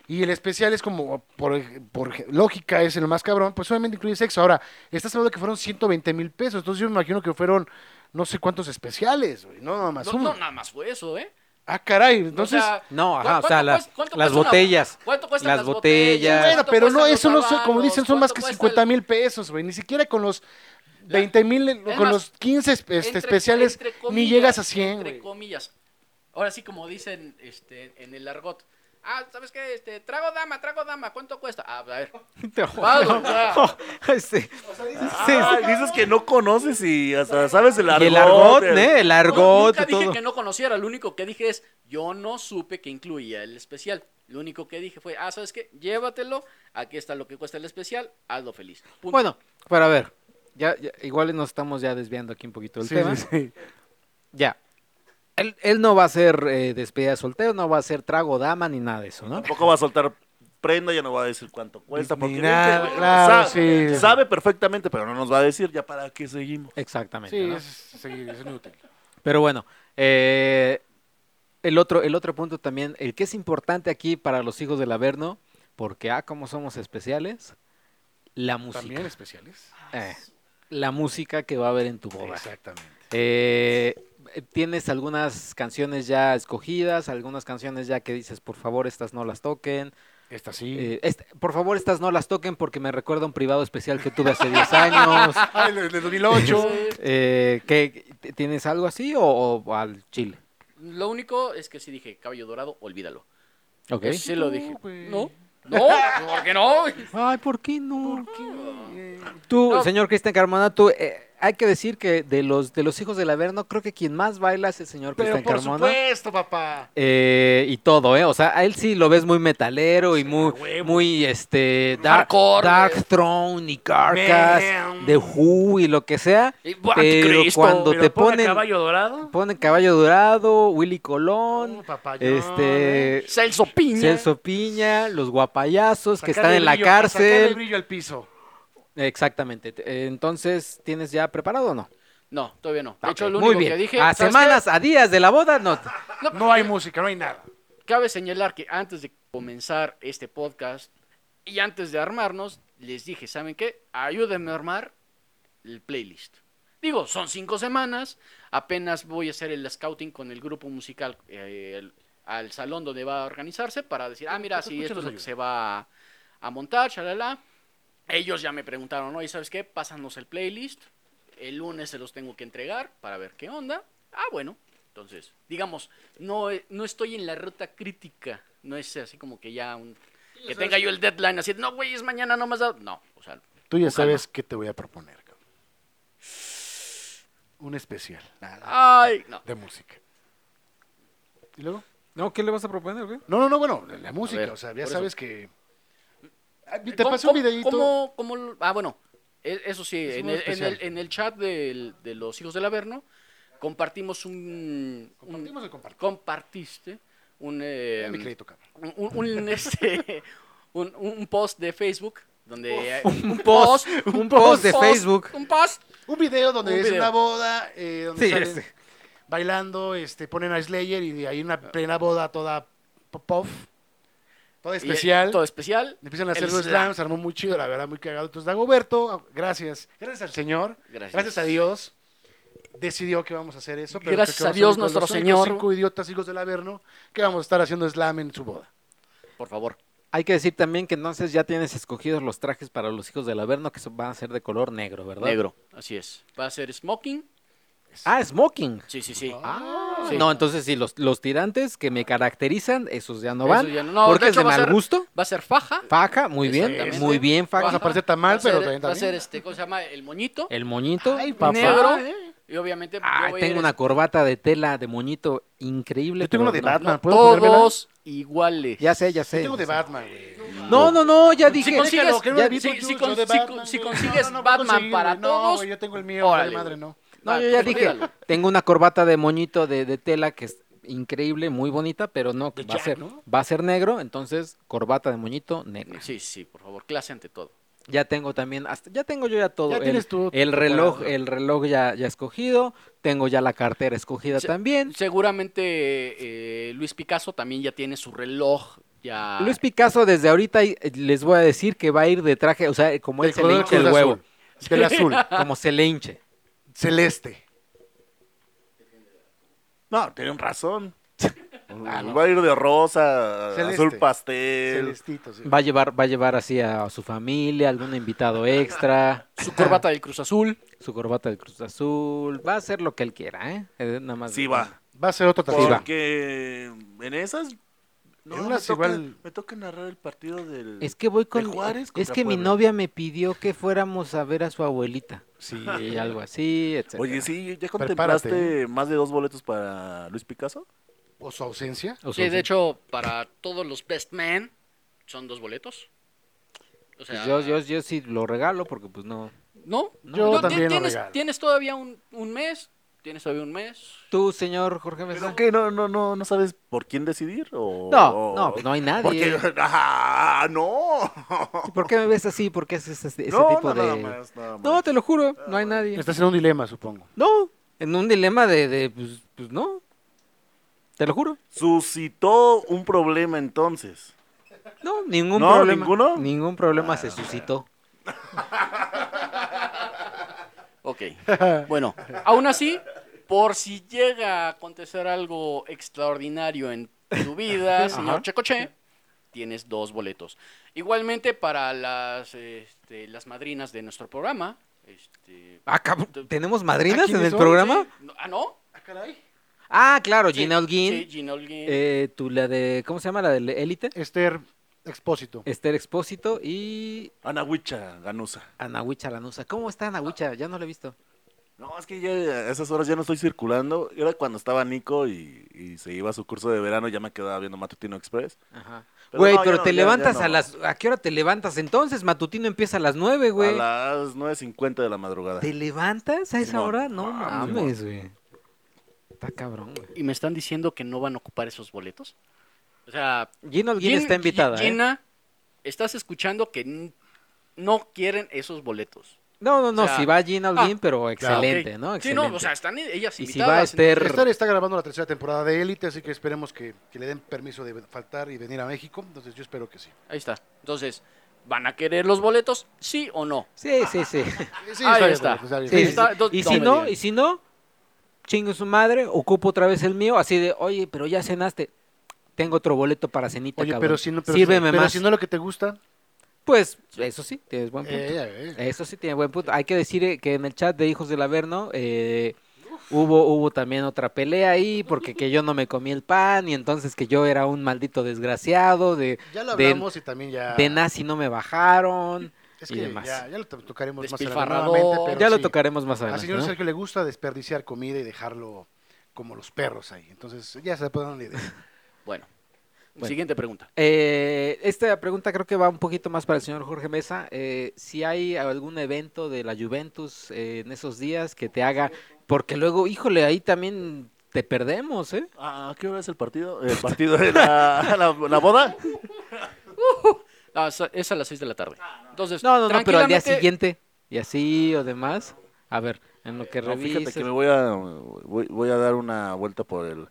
B: y el especial es como, por, ej- por ej- lógica, es el más cabrón, pues obviamente incluye sexo. Ahora, estás hablando que fueron 120 mil pesos, entonces yo me imagino que fueron no sé cuántos especiales, güey, no, nada más
E: No,
B: uno.
E: no, nada más fue eso, ¿eh?
B: Ah, caray,
E: O
B: entonces...
E: sea,
A: No, ajá,
E: ¿cu-
A: o sea,
E: cuánto
A: las-
E: cuesta- cuánto
A: las
E: cuesta una-
A: botellas,
E: ¿Cuánto cuestan
A: las
E: las
A: botellas.
E: botellas?
B: Bueno,
E: ¿Cuánto
B: pero
E: cuestan
B: no,
E: los
B: eso no son, como
E: habanos?
B: dicen, son más que
E: ¿Cuánto
B: 50
E: cuesta
B: mil pesos, güey. Ni siquiera con los 20 mil,
E: Es
B: con
E: más,
B: los 15 este,
E: el- entre-
B: especiales,
E: entre
B: ni
E: comillas,
B: llegas a 100,
E: Entre
B: güey.
E: comillas. Ahora sí, como dicen este, en el argot. Ah, ¿sabes qué? Este, trago dama, trago dama, ¿cuánto cuesta? Ah, a ver. Vamos, ya.
A: Este, Sí.
C: Ah, dices que no conoces y hasta sabes el argot.
A: Y el argot, ¿eh? El argot
E: nunca
A: y todo.
E: dije que no conociera, lo único que dije es, yo no supe que incluía el especial. Lo único que dije fue, ah, ¿sabes qué? Llévatelo, aquí está lo que cuesta el especial, hazlo feliz. Punto.
A: Bueno, pero a ver, ya, ya- igual nos estamos ya desviando aquí un poquito del
B: Sí,
A: tema.
B: sí, sí.
A: Ya. Él, él no va a ser eh, despedida de soltero, no va a ser trago dama ni nada de eso, ¿no?
C: Tampoco va a soltar prenda, ya no va a decir cuánto cuesta.
B: Ni
C: Porque
B: nada,
C: ven que-
B: claro,
C: sabe,
B: sí.
C: sabe perfectamente, pero no nos va a decir ya para qué seguimos.
A: Exactamente.
B: Sí,
A: ¿no?
B: es, sí, es inútil.
A: Pero bueno, eh, el, otro, el otro punto también, el que es importante aquí para los hijos del Averno, porque, ah, como somos especiales, la música.
B: También especiales.
A: Eh, la música que va a haber en tu boda.
B: Exactamente.
A: Eh, ¿Tienes algunas canciones ya escogidas? ¿Algunas canciones ya que dices, por favor, estas no las toquen?
B: Esta sí.
A: Eh, este- por favor, estas no las toquen porque me recuerda un privado especial que tuve hace 10 años.
B: Ah, el de 2008.
A: Eh, ¿qué- t- ¿Tienes algo así o, o al chile?
E: Lo único es que sí dije, caballo dorado, olvídalo.
A: Ok.
E: Eso sí lo dije.
B: güey.
E: No, no, ¿por qué no?
A: Ay, ¿por qué no? Eh, Tú, señor Cristian Carmona, tú, eh, hay que decir que de los, de los hijos del Averno, creo que quien más baila es el señor
B: Pero
A: Cristian
B: por
A: Carmona.
B: supuesto, papá.
A: Eh, y todo, ¿eh? O sea, a él sí lo ves muy metalero y muy, muy, este, Dark,
E: Hardcore,
A: Dark Throne y Carcass, The Who y lo que sea.
E: Y-
A: Pero
E: Cristo,
A: cuando te ponen,
G: caballo dorado?
A: ponen Caballo Dorado, Willy Colón,
B: No, papá, yo ¿eh?
A: este,
E: Celso Piña.
A: Celso Piña, los guapayazos que están
B: Sacarle
A: en la
B: brillo, para sacarle
A: cárcel.
B: brillo al piso.
A: Exactamente. Te- eh, Entonces, ¿tienes ya preparado o no?
E: No, todavía no. De
A: Ah,
E: hecho,
A: ok,
E: lo
A: Muy
E: único
A: bien.
E: que dije...
A: a
E: ¿sabes qué?
A: semanas, a días de la boda, no.
B: No hay música, no hay nada.
E: Cabe señalar que antes de comenzar este podcast y antes de armarnos, les dije, ¿saben qué? Ayúdenme a armar el playlist. Digo, son cinco semanas, apenas voy a hacer el scouting con el grupo musical eh, el- al salón donde va a organizarse para decir, ah, mira, sí, esto es lo que se va a, a montar, shalala. Ellos ya me preguntaron, oye, ¿sabes qué? Pásanos el playlist, el lunes se los tengo que entregar para ver qué onda. Ah, bueno, entonces, digamos, no, eh, no estoy en la ruta crítica. No es así como que ya un- que tenga yo el deadline así, no, güey, es mañana, no más. No, o sea,
B: Tú ya
E: Ojalá.
B: sabes qué te voy a proponer. cabrón. Un especial
E: Ah. ay, no.
B: de música. ¿Y luego?
A: No, ¿qué le vas a proponer, güey?
B: No, no, no, bueno, la música,
E: ver,
B: o sea, ya
E: por
B: sabes que... Ah, Te
E: ¿Cómo-
B: pasé un
E: cómo-
B: videíto.
E: cómo- cómo lo- ah, bueno, e- eso sí, en
B: uno
E: el, en
B: especial.
E: el- en el chat del- de los hijos del Averno compartimos un...
B: Compartimos
E: un-
B: o compartimos.
E: Compartiste un... eh,
B: Mi crédito, cabrón.
E: un, un- un, este, un- un post de Facebook donde un,
A: Oh. post, un post de Facebook.
E: un post
B: Un video donde
E: Un
B: es
E: video.
B: una boda, eh, donde
A: Sí,
B: salen
A: ese.
B: bailando, este, ponen a Slayer y hay
E: Ah.
B: una plena boda toda pop, pop, toda
E: y, eh,
B: especial.
E: todo especial
B: Empiezan a
E: El
B: hacer los
E: slam.
B: slams, se armó muy chido, la verdad, muy cagado. Entonces, Dagoberto, ah, gracias. Gracias al Señor.
E: Gracias.
B: Gracias, a Dios. Decidió que vamos a hacer eso. Pero
E: Gracias
B: creo que
E: a
B: vamos salir
E: Dios,
B: con
E: nuestro
B: los únicos
E: Señor.
B: cinco idiotas hijos del Averno que vamos a estar haciendo slam en su boda.
E: por favor
A: Hay que decir también que entonces ya tienes escogidos los trajes para los hijos del Averno que son- van a ser de color negro, ¿verdad?
E: negro así es va a ser smoking
A: Ah, smoking.
E: sí sí sí Sí.
A: No, entonces sí, los, los tirantes que me caracterizan, esos ya no
E: Eso
A: van.
E: ya no- no,
A: porque
E: de
A: es de
E: hecho va a
A: mal
E: ser-
A: gusto.
E: va a ser faja
A: Faja, muy bien,
E: Exactamente.
A: muy bien,
E: Faja.
B: Vamos a
A: Faja.
B: parecer tan mal,
E: va a
B: pero
E: ser-
B: también-
E: va a
B: también.
E: ser este cómo se llama el moñito
A: El moñito.
B: Ay, papá.
E: negro y obviamente
A: Ah,
E: yo voy a ir
A: tengo una corbata de tela de moñito increíble.
B: Yo
A: pero
B: tengo uno de
A: no-
B: Batman. ¿Puedo ponérmela?
E: todos iguales
A: Ya sé, ya sé.
B: Yo tengo
A: ya
B: de
A: sé.
B: Batman, güey.
A: No, no, no, ya
E: Si
A: dije.
E: consigues,
B: que no
A: ya-
B: me vi
E: si-
B: por
E: si
B: Jules,
E: con-
B: yo de
E: si-
B: Batman,
E: si
B: güey.
E: consigues
B: puedo
E: Batman
B: conseguir,
E: para
B: güey.
E: todos,
B: No, güey, yo tengo el mío, vale
E: órale,
B: madre,
E: güey.
B: no.
A: no, yo ya
E: Batman,
A: dije.
E: olvídalo.
A: Tengo una corbata de moñito de, de tela que es increíble, muy bonita, pero no
E: De
A: va a
E: Jack,
A: ser,
E: ¿no?
A: va a ser negro, entonces corbata de moñito negro.
E: Sí, sí, por favor, clase ante todo.
A: Ya tengo también, hasta, ya tengo yo ya todo.
B: Ya
A: el,
B: tienes tu- tu
A: el reloj,
B: preparado.
A: el reloj ya, ya escogido, tengo ya la cartera escogida
E: Se-
A: también.
E: Seguramente eh, Luis Picasso también ya tiene su reloj. Ya...
A: Luis Picasso desde ahorita y- eh, les voy a decir que va a ir de traje, o sea, como él
B: Del
A: se le
B: color
A: hinche el
B: azul,
A: huevo,
B: Del azul,
A: como se le hinche.
B: celeste.
C: No, tienen razón. Va a ir de rosa,
B: Ah, Celeste.
C: azul pastel.
B: Celestito, sí.
A: Va a llevar, va a llevar así a, su familia, algún invitado extra,
E: Su corbata del Cruz Azul.
A: su corbata del Cruz Azul, va a hacer lo que él quiera, ¿eh? Eh, Nada más.
C: Sí va.
B: Va a ser otro
A: Sí, va.
B: también.
C: Porque en esas. No,
B: En
C: me,
B: unas
C: toca,
B: igual-
C: me toca narrar el partido del.
A: Es que voy con
C: de Juárez
A: es
C: contra
A: que mi
C: Puebla.
A: novia me pidió que fuéramos a ver a su abuelita. Sí, y algo así, etc.
C: Oye, sí, ¿ya
B: Prepárate, ¿eh?
C: contemplaste más de dos boletos para Luis Picasso?
B: ¿O su ausencia?
A: O
E: Sí,
A: sea,
E: de hecho, para todos los best men son dos boletos. O
A: pues
E: sea,
A: yo, yo, yo sí lo regalo porque pues no.
E: ¿no?
B: Yo
E: No, ti-
B: también lo
E: tienes,
B: regalo.
E: tienes todavía un, un mes, tienes todavía un mes.
A: Tú, señor Jorge Mesa.
C: ¿Pero qué? ¿No, no, no, ¿No sabes por quién decidir? O...
A: No, no, pues no hay nadie.
C: Porque. ¡Ah, no!
A: ¿Y ¿Por qué me ves así? ¿Por qué haces ese, ese
C: no,
A: tipo
C: no, nada
A: de.?
C: más, nada más.
A: No, te lo juro, no hay nadie.
B: Estás en un dilema, supongo.
A: No, en un dilema de, de, pues, pues no. Te lo juro.
C: Suscitó un problema entonces.
A: No, ningún
C: No,
A: problema.
C: ¿ninguno? Ah,
A: Ningún problema se suscitó.
E: Ok. Bueno, aún así, por si llega a acontecer algo extraordinario en tu vida, señor Checoche, tienes dos boletos. Igualmente para las, este, las madrinas de nuestro programa. Este,
A: Ah, cabrón, ¿Tenemos madrinas en
B: quiénes
A: el
B: son?
A: programa?
E: Sí, no- ah, ¿no?
A: Ah, claro,
E: Sí,
A: Gina Holguín.
E: sí, Gina Holguín.
A: eh, tú, la de. ¿Cómo se llama? La de Élite.
B: Esther Expósito.
A: Esther Expósito y
C: Anahuicha, Ganusa.
A: Anahuicha Lanusa. ¿Cómo está Anahuicha? Ya no la he visto.
C: No, es que ya a esas horas ya no estoy circulando. Era cuando estaba Nico y, y se iba a su curso de verano, ya me quedaba viendo Matutino Express.
A: Ajá.
C: Pero
A: Güey,
C: no, ya
A: pero
C: no,
A: te
C: ya- ya
A: levantas
C: no.
A: a las. ¿A qué hora te levantas entonces? Matutino empieza a las nueve, güey.
C: A las 9.50 de la madrugada.
A: ¿Te levantas a esa
C: Simón.
A: hora? No
C: Ah,
A: mames, güey. Está cabrón, güey.
E: ¿Y me están diciendo que no van a ocupar esos boletos? O sea,
A: Gina Holguín
E: Gin-
A: está invitada.
E: Gi-
A: ¿eh?
E: Gina, estás escuchando que n- no quieren esos boletos.
A: No, no, no,
E: O sea,
A: si va Gina Holguín, pero excelente,
E: Ok.
A: ¿no?
E: Sí,
A: Excelente.
E: no, o sea, están ellas
A: y si
E: invitadas.
A: va este a
E: entonces-
A: Esther,
B: Esther está grabando la tercera temporada de Élite, así que esperemos que, que le den permiso de faltar y venir a México. Entonces yo espero que sí.
E: Ahí está. Entonces, ¿van a querer los boletos? ¿Sí o no?
A: Sí, sí, sí. Sí,
B: Sí,
E: Ahí
B: bien,
E: está.
B: pues, bien.
A: sí, sí.
E: está, do-
A: Y
E: no
A: si
E: me
A: no,
E: digan.
A: y si no, chingo su madre, ocupo otra vez el mío, así de, oye, pero ya cenaste. Tengo otro boleto para cenita,
B: Oye,
A: cabrón.
B: pero si no, pero,
A: Sírveme
B: pero
A: más.
B: si no lo que te gusta,
A: Pues, eso sí, tienes buen punto.
B: eh, eh,
A: Eso sí tiene buen punto. Hay que decir eh, que en el chat de Hijos del Averno eh, hubo, hubo también otra pelea ahí porque que yo no me comí el pan y entonces que yo era un maldito desgraciado, de,
B: ya lo
A: de-
B: hablamos y también ya.
A: de nazi no me bajaron
B: es
A: y
B: que
A: demás.
B: Ya, ya lo to- tocaremos más
E: Despilfarrador.
B: adelante. pero
A: ya lo
B: sí,
A: tocaremos más
B: Al
A: adelante.
B: señor
A: ¿no?
B: Sergio le gusta desperdiciar comida y dejarlo como los perros ahí. Entonces ya se pueden dar una idea.
E: Bueno,
A: Bueno.
E: siguiente pregunta.
A: Eh, esta pregunta creo que va un poquito más para el señor Jorge Mesa. Eh, si hay algún evento de la Juventus eh, en esos días que te haga, porque luego, híjole, ahí también te perdemos, ¿eh?
C: Ah, ¿A qué hora es el partido? El partido de la, la- la boda.
E: Ah, esa- es a las 6 de la tarde. Entonces,
A: No, no, no, pero al día
E: tranquilamente-
A: siguiente y así o demás. A ver, en lo que
C: No, fíjate
A: revisas.
C: que me voy a, voy, voy a dar una vuelta por el,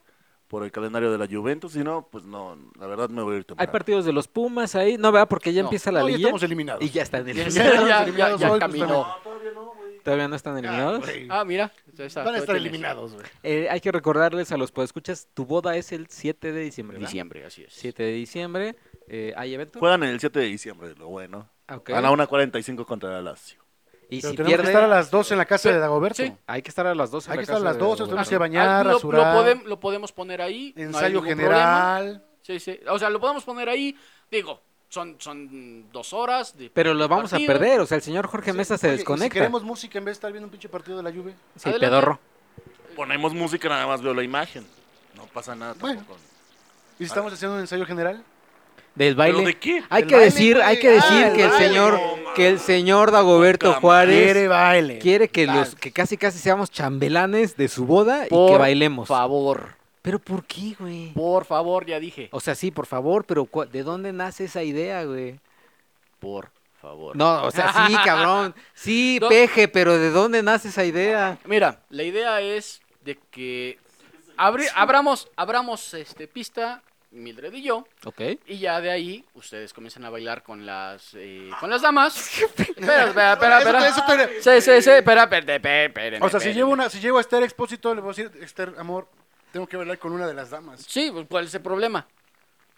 C: por el calendario de la Juventus. Si no, pues no, la verdad me voy a ir
A: Hay
C: temprano.
A: partidos de los Pumas ahí, no, ¿verdad? Porque ya
E: No,
A: empieza la
B: Hoy
A: liguilla
B: estamos eliminados.
A: y ya están eliminados.
E: Ya, ya, ya,
B: eliminados
E: ya
B: hoy,
E: caminó.
A: ¿Todavía no están eliminados?
B: Güey,
E: Ah, mira. ahí está,
B: Van a
E: tú
B: estar
E: tienes.
B: eliminados, güey.
A: Eh, hay que recordarles a los podescuchas, tu boda es el 7 de diciembre, ¿verdad?
E: Diciembre, así es.
A: 7 de diciembre. eh, ¿Hay evento?
C: Juegan el 7 de diciembre, lo bueno.
A: Ah, ok.
C: A la 1.45 contra la Lazio.
A: Y
B: Pero
A: si
B: tenemos
A: pierde,
B: que estar a las 12 en la casa de Dagoberto.
E: Sí.
A: hay que estar a las 12. en
B: Hay
A: la
B: que estar a
A: casa
B: las
A: de
B: 12, nos
A: Roberto.
B: tenemos que bañar,
E: Ah, lo, lo
B: rasurar,
E: podem- lo podemos poner ahí. no hay
B: ensayo
E: ningún problema.
B: general.
E: Sí, sí. O sea, lo podemos poner ahí. Digo, son, son dos horas. De...
A: Pero lo vamos
E: Partido.
A: a perder, o sea, el señor Jorge
B: Sí.
A: Mesa se
B: Oye, ¿y Si
A: desconecta.
B: queremos música en vez de estar viendo un pinche partido de la lluvia.
A: Sí,
E: Adelante.
A: pedorro.
C: Ponemos música, nada más veo la imagen. No pasa nada
B: Bueno.
C: tampoco.
B: ¿Y
E: Ah.
B: si estamos haciendo un ensayo general?
A: Del baile.
C: ¿Pero de qué?
A: Hay
B: Del
A: que
B: baile,
A: decir, hay que
B: güey.
A: decir
B: Ah, el
A: que el
B: baile.
A: señor,
C: No,
A: que el señor Dagoberto
C: Puta
A: Juárez
B: baile.
A: quiere que los, que casi casi seamos chambelanes de su boda y
E: Por
A: que bailemos.
E: favor.
A: ¿Pero por qué, güey?
E: Por favor, ya dije.
A: O sea, sí, por favor, pero cu- ¿de dónde nace esa idea, güey?
E: Por favor.
A: No, o sea, sí, cabrón. Sí,
E: No.
A: peje, pero ¿de dónde nace esa idea?
E: Mira, la idea es de que abri- abramos, abramos este pista, Mildred y yo,
A: Ok.
E: y ya de ahí ustedes comienzan a bailar con las eh, con las damas. espera, espera, espera, espera.
B: Eso te- eso te-
E: Sí, sí, sí, espera, espera, espera, espera,
B: O sea, si
E: espera.
B: llevo, una, si llevo a Esther Expósito, le voy a decir, Esther, amor, tengo que bailar con una de las damas.
E: Sí, pues, ¿cuál es el problema?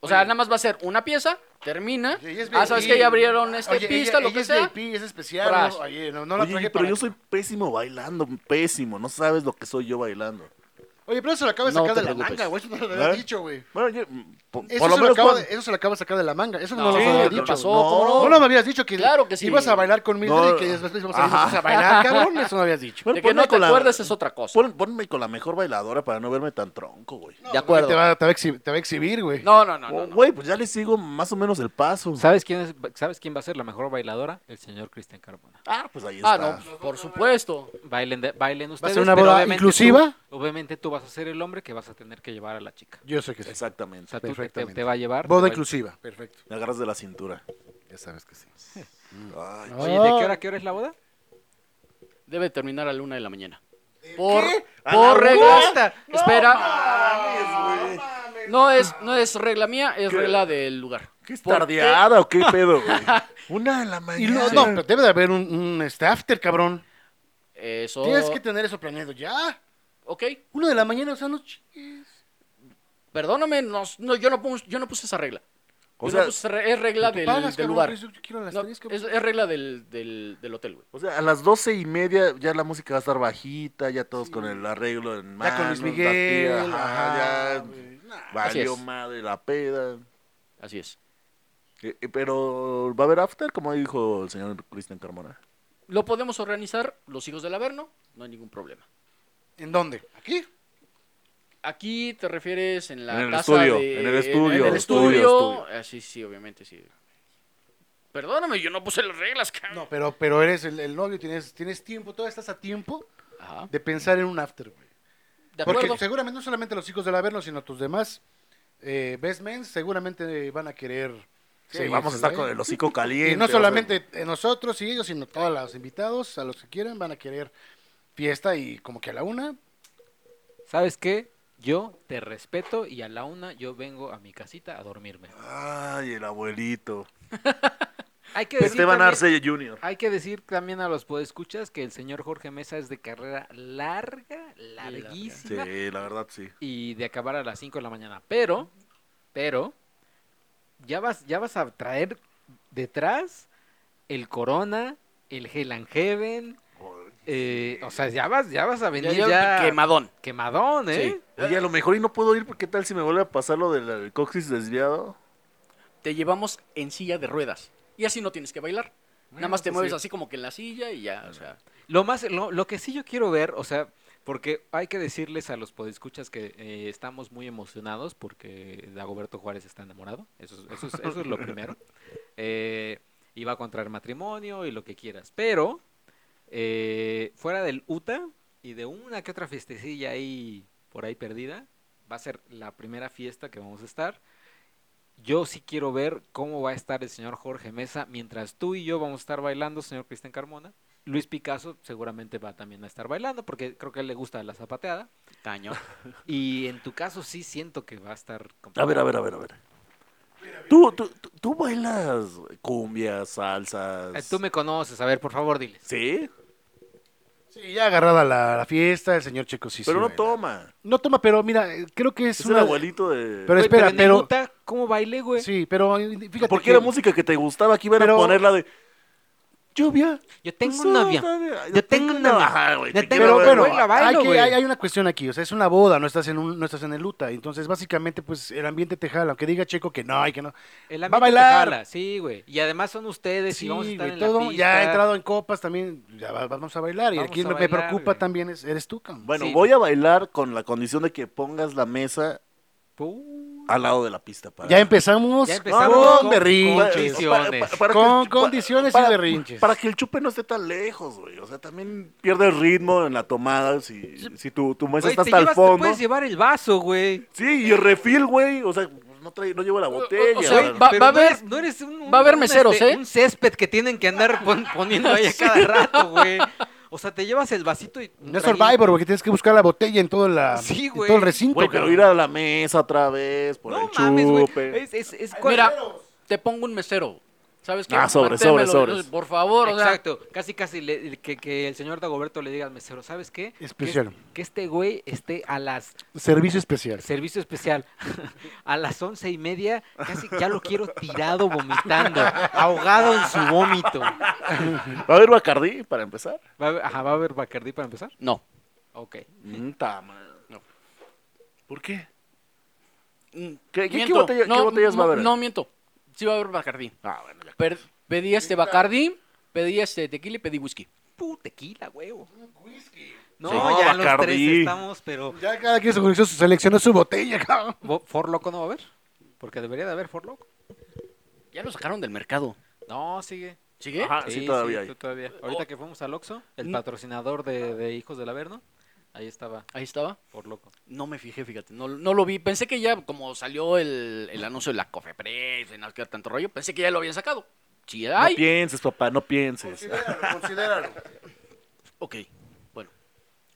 E: O sea, nada más va a ser una pieza, termina.
B: Oye, ella es
E: Ah, ¿sabes
B: VIP.
E: que ya abrieron esta
B: Oye,
E: pista,
B: ella-
E: lo
B: ella
E: que
B: es
E: sea?
B: VIP, es especial.
E: Tras.
B: No, oye, no, no la
C: Oye,
B: traje
C: pero
B: para-
C: yo soy pésimo bailando, pésimo. No sabes lo que soy yo bailando.
B: Oye, pero eso se lo acaba de
A: No
B: sacar
A: te
B: de la
A: preocupes.
B: manga, güey. Eso no lo había
C: ¿Eh?
B: dicho, güey.
C: Bueno, yo, mm, po- por,
B: Eso,
C: lo
B: se lo
C: menos
B: acaba
C: cuando-
B: de, eso se lo acaba de sacar de la manga. Eso no,
E: No,
B: lo
E: sí,
B: había
E: lo
B: dicho.
E: pasó,
B: no,
E: ¿cómo no?
B: no me habías dicho que
E: Claro que sí.
B: ibas a bailar con Mildred
C: No.
B: y que después íbamos a,
C: Ajá.
B: íbamos a bailar, cabrón. Eso no habías dicho.
C: Bueno,
E: De que no
C: ponme
E: te
C: con la-
E: acuerdes es otra cosa.
C: pon- ponme con la mejor bailadora para no verme tan tronco, güey.
A: De acuerdo.
B: Te va, te va a exhi- te va a exhibir, güey.
E: No, no, no, no. no.
C: Güey, pues ya le sigo más o menos el paso.
A: ¿Sabes quién, es, ¿Sabes quién va a ser la mejor bailadora? El señor Cristian Carbona.
C: Ah, pues ahí
E: Ah,
C: está.
E: no, por supuesto.
A: Bailen, de- bailen ustedes.
B: a ser una
A: pero
B: boda
A: obviamente
B: inclusiva?
A: tú- obviamente tú vas a ser el hombre que vas a tener que llevar a la chica.
B: Yo sé que sí.
A: O
C: Exactamente.
A: sea, tú te- te,
B: Perfectamente.
A: te va a llevar. te
B: Boda
A: va a-
B: inclusiva. Perfecto.
C: Me agarras de la cintura.
B: Ya sabes que sí.
C: Ay,
B: Ah.
A: Oye, ¿de qué hora, qué hora es la boda?
E: Debe terminar a la una de la mañana. Por,
C: ¿A
B: Ah,
E: por
C: la
E: reglas.
A: una?
E: Espera,
C: mames, güey.
E: no es, no es regla mía, es regla del lugar.
C: ¿Qué es
E: ¿Por
C: tardeada o qué pedo, güey? Una de la
B: Y
C: mañana.
B: no, no, pero debe de haber un, un este, after, cabrón.
E: Eso.
B: Tienes que tener eso planeado ya.
E: Ok,
B: Uno de la mañana, o sea, no chingues.
E: perdóname, no, no, yo, no puse, yo no puse esa regla.
C: O
E: Yo
C: sea,
E: no puse esa re- es regla
B: Tú
E: del,
B: pagas,
E: del
B: cabrón,
E: lugar.
B: pues yo quiero a las
E: No,
B: tres, cabrón.
E: es, es regla del, del, del hotel, güey.
C: O sea, a las doce y media ya la música va a estar bajita, ya todos con el arreglo en mano.
B: Ya con Luis Miguel. ajá,
C: ya
B: Ah, güey. Nah.
E: Así
C: valió
E: es.
C: madre la peda.
E: Así es.
C: Eh, eh, pero va a haber after, como dijo el señor Cristian Carmona.
E: Lo podemos organizar los hijos del Averno, no hay ningún problema.
B: ¿En dónde? ¿Aquí?
E: Aquí te refieres en la
C: En el
E: casa
C: estudio,
E: de-
C: en el estudio,
E: En el estudio.
C: estudio, estudio.
E: Ah, sí, sí, obviamente, sí. Perdóname, yo no puse las reglas, cabrón.
B: No, pero, pero eres el, el novio, tienes, tienes tiempo, todavía estás a tiempo
E: Ajá.
B: de pensar en un after, güey.
E: De
B: Porque
E: acuerdo.
B: seguramente no solamente los hijos del Averno, sino tus demás eh, best men seguramente van a querer.
C: Sí,
B: seguirse,
C: vamos a estar
B: ¿eh?
C: con el hocico caliente.
B: Y no
C: o sea,
B: solamente eh, nosotros y ellos, sino todos los invitados, a los que quieran, van a querer fiesta y como que a la una.
A: ¿Sabes qué? Yo te respeto y a la una yo vengo a mi casita a dormirme.
C: Ay, el abuelito.
A: Hay que decir
C: Esteban
A: también-
C: Arce Jr.
A: Hay que decir también a los podescuchas que el señor Jorge Mesa es de carrera larga,
C: Sí,
A: larguísima
C: la verdad sí.
A: y de acabar a las 5 de la mañana, pero pero ya vas ya vas a traer detrás el Corona, el Hell and Heaven, eh, o sea, ya vas ya vas a venir ya,
E: Ya- ya- Quemadón.
A: quemadón, ¿eh?
C: Oye, a lo mejor y no puedo ir porque tal si me vuelve a pasar lo del del coxis desviado.
E: Te llevamos en silla de ruedas. Y así no tienes que bailar. Nada más te
C: eso
E: mueves
C: pues sí.
E: así como que en la silla y ya, o sea.
A: Lo más, lo, lo que sí yo quiero ver, o sea, porque hay que decirles a los podescuchas que eh, estamos muy emocionados porque Dagoberto Juárez está enamorado. Eso, es- eso, es, eso es lo primero. Eh, y va a contraer matrimonio y lo que quieras. Pero, eh, fuera del UTA y de una que otra fiestecilla ahí por ahí perdida, va a ser la primera fiesta que vamos a estar. Yo sí quiero ver cómo va a estar el señor Jorge Mesa mientras tú y yo vamos a estar bailando, señor Cristian Carmona. Luis Picasso seguramente va también a estar bailando porque creo que a él le gusta la zapateada.
E: Caño.
A: Y en tu caso sí siento que va a estar...
C: A ver, a ver, a ver, a ver. Tú, tú, tú, tú bailas cumbias, salsas.
A: Eh, Tú me conoces, a ver, por favor, diles.
C: Sí,
B: Sí, ya agarrada la, la fiesta, el señor Checo sí. sí
C: pero no
B: baila.
C: toma.
B: No toma, pero mira, eh, creo que es,
C: Es,
B: una.
C: el abuelito de.
B: Pero
A: Güey,
B: espera,
A: en el
B: pero.
A: Utah, ¿Cómo bailé, güey?
B: Sí, pero eh, fíjate.
C: Porque
B: que-
C: era música que te gustaba, aquí iban
B: Pero-
C: a poner la de. Lluvia.
A: Yo tengo
B: Pues,
C: un
B: ah,
A: un novio. Yo tengo un novio.
C: Ajá, güey.
A: Yo
C: te
A: tengo-
B: Pero
C: quiero ver,
B: bueno,
A: güey, la bailo,
B: hay, que-
A: güey.
B: hay- hay una cuestión aquí, o sea, es una boda, no estás en un, no estás en el luta, entonces básicamente pues el ambiente te jala, aunque diga Checo que no, y que no.
A: El
B: Va a
A: ambiente te
B: bailar.
A: jala, Sí, güey. Y además son ustedes
B: Sí,
A: y vamos a estar
B: güey,
A: en
B: todo,
A: la pista.
B: ya he entrado en copas también, ya va- vamos a bailar y
A: Vamos
B: aquí
A: a
B: me, me
A: bailar,
B: preocupa
A: güey.
B: también es eres tú, cabrón.
C: Bueno,
A: Sí.
C: voy a bailar con la condición de que pongas la mesa
A: Puta.
C: al lado de la pista. Para...
B: Ya empezamos.
A: Ya
B: con
A: empezamos con- con
B: berrinches.
A: berrinches.
B: Con
C: el-
B: condiciones y
C: para-
B: berrinches.
C: Para que el chupe no esté tan lejos, güey. O sea, también pierde el ritmo en la tomada. Si, si tu,
B: Pues
C: tu mesa
A: Güey,
C: está
A: te
C: hasta el
A: llevas- Te
C: fondo.
A: puedes llevar el vaso, güey.
C: Sí, y el refil, güey. O sea, no, trae, no llevo la
E: o- o
C: botella.
E: sea,
C: güey.
E: va-
A: Pero
E: a
A: no
E: haber-
A: eres- no eres un, un-
E: va a haber
A: un,
E: meseros,
A: este,
E: ¿eh?
A: Un césped que tienen que andar pon- poniendo ahí a cada rato, güey. O sea, te llevas el vasito y...
B: No es Survivor, porque tienes que buscar la botella en, todo la,
A: Sí,
B: en
A: güey.
B: todo el recinto.
C: Güey, pero
B: cabrón.
C: ir a la mesa otra vez por el
A: No mames, güey.
C: chupe.
A: Es, es, es-
E: Mira, te pongo un mesero. ¿Sabes qué?
C: Ah, sobre,
E: Manténmelo,
C: sobre, sobre.
E: Por favor, o sea,
A: Exacto, casi casi le- el que, que el señor Dagoberto le diga al mesero, ¿sabes qué? Que es-
B: Especial.
A: Que, este güey esté a las
B: Servicio especial.
A: servicio especial, a las once y media, casi ya lo quiero tirado vomitando, ahogado en su vómito. Va
C: ¿Va a haber Bacardí para empezar?
A: a haber- ajá, ¿va a haber Bacardí para empezar?
E: No.
A: Ok.
C: Mm, ta madre.
E: No.
C: ¿Por qué?
E: Mm,
C: ¿Qué- qué-
E: miento.
C: qué botella- qué
E: no,
C: botellas va a
E: no,
C: haber?
E: No, miento. Sí va a haber Bacardí.
C: Ah, bueno, ya.
E: Per- pedí este Bacardí, pedí este tequila y pedí whisky.
A: Puh, tequila, huevo. No,
C: Sí.
A: ya
C: No,
A: los tres
C: Bacardí.
A: estamos, pero
B: Ya cada quien seleccionó su, seleccionó su botella, cabrón.
A: ¿Bo- ¿Ford Loco no va a haber? Porque debería de haber Ford Loco.
E: Ya lo sacaron del mercado.
A: No, sigue.
E: ¿Sigue?
C: Ajá. Ah, sí, todavía hay.
A: tú todavía. Ahorita que fuimos al Oxxo, el
E: Mm.
A: patrocinador de, de Hijos del Averno, ahí estaba
E: Ahí estaba.
A: Ford Loco.
E: No me fijé, fíjate, no, no lo vi. Pensé que ya, como salió el, el anuncio de la Cofepres, y no queda tanto rollo, pensé que ya lo habían sacado. Sí,
C: No
E: hay.
C: pienses, papá, no pienses. Ah,
B: Considéralo.
E: ok, bueno.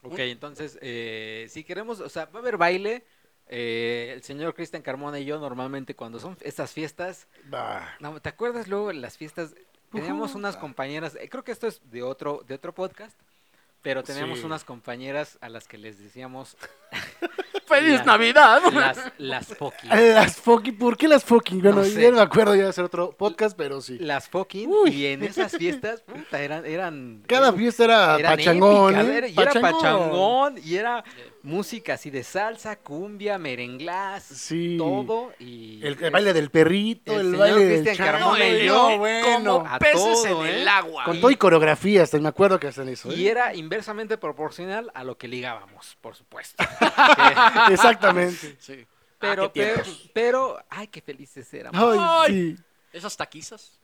A: Ok, entonces, eh, si queremos, o sea, va a haber baile. eh, el señor Cristian Carmona y yo normalmente cuando son estas fiestas, no, ¿te acuerdas luego en las fiestas? Teníamos unas compañeras, eh, creo que esto es de otro, de otro podcast, pero teníamos
B: Sí.
A: unas compañeras a las que les decíamos
E: ¡Feliz
A: Las-
E: Navidad!
A: las, las Foki.
B: Las fucking, ¿por qué las fucking? Bueno,
A: No
B: yo
A: sé.
B: ya no me acuerdo ya de hacer otro podcast, pero sí.
A: Las fucking, y en esas fiestas, puta, eran, eran
B: Cada fiesta era
A: eran
B: Ah, pachangón,
A: épicas,
B: ¿eh?
A: era- y era pachangón, y era música así de salsa, cumbia, merenglás,
B: Sí.
A: todo, y
B: El, el baile del perrito, el, baile
A: señor
B: del
A: Cristian
B: chango,
A: Carmona y
B: no,
A: yo,
B: bueno.
A: como a
E: peces
A: todo,
E: en
A: ¿eh?
E: el agua.
B: Con todo y coreografía, hasta me acuerdo que hasta en eso.
A: Y
B: ¿eh?
A: era inversamente proporcional a lo que ligábamos, por supuesto.
B: Exactamente.
E: Sí.
A: pero, pero,
E: Ah, qué tiempos.
A: pero, ay, qué felices éramos.
B: Ay,
E: Ay.
B: sí.
E: Esas taquizas.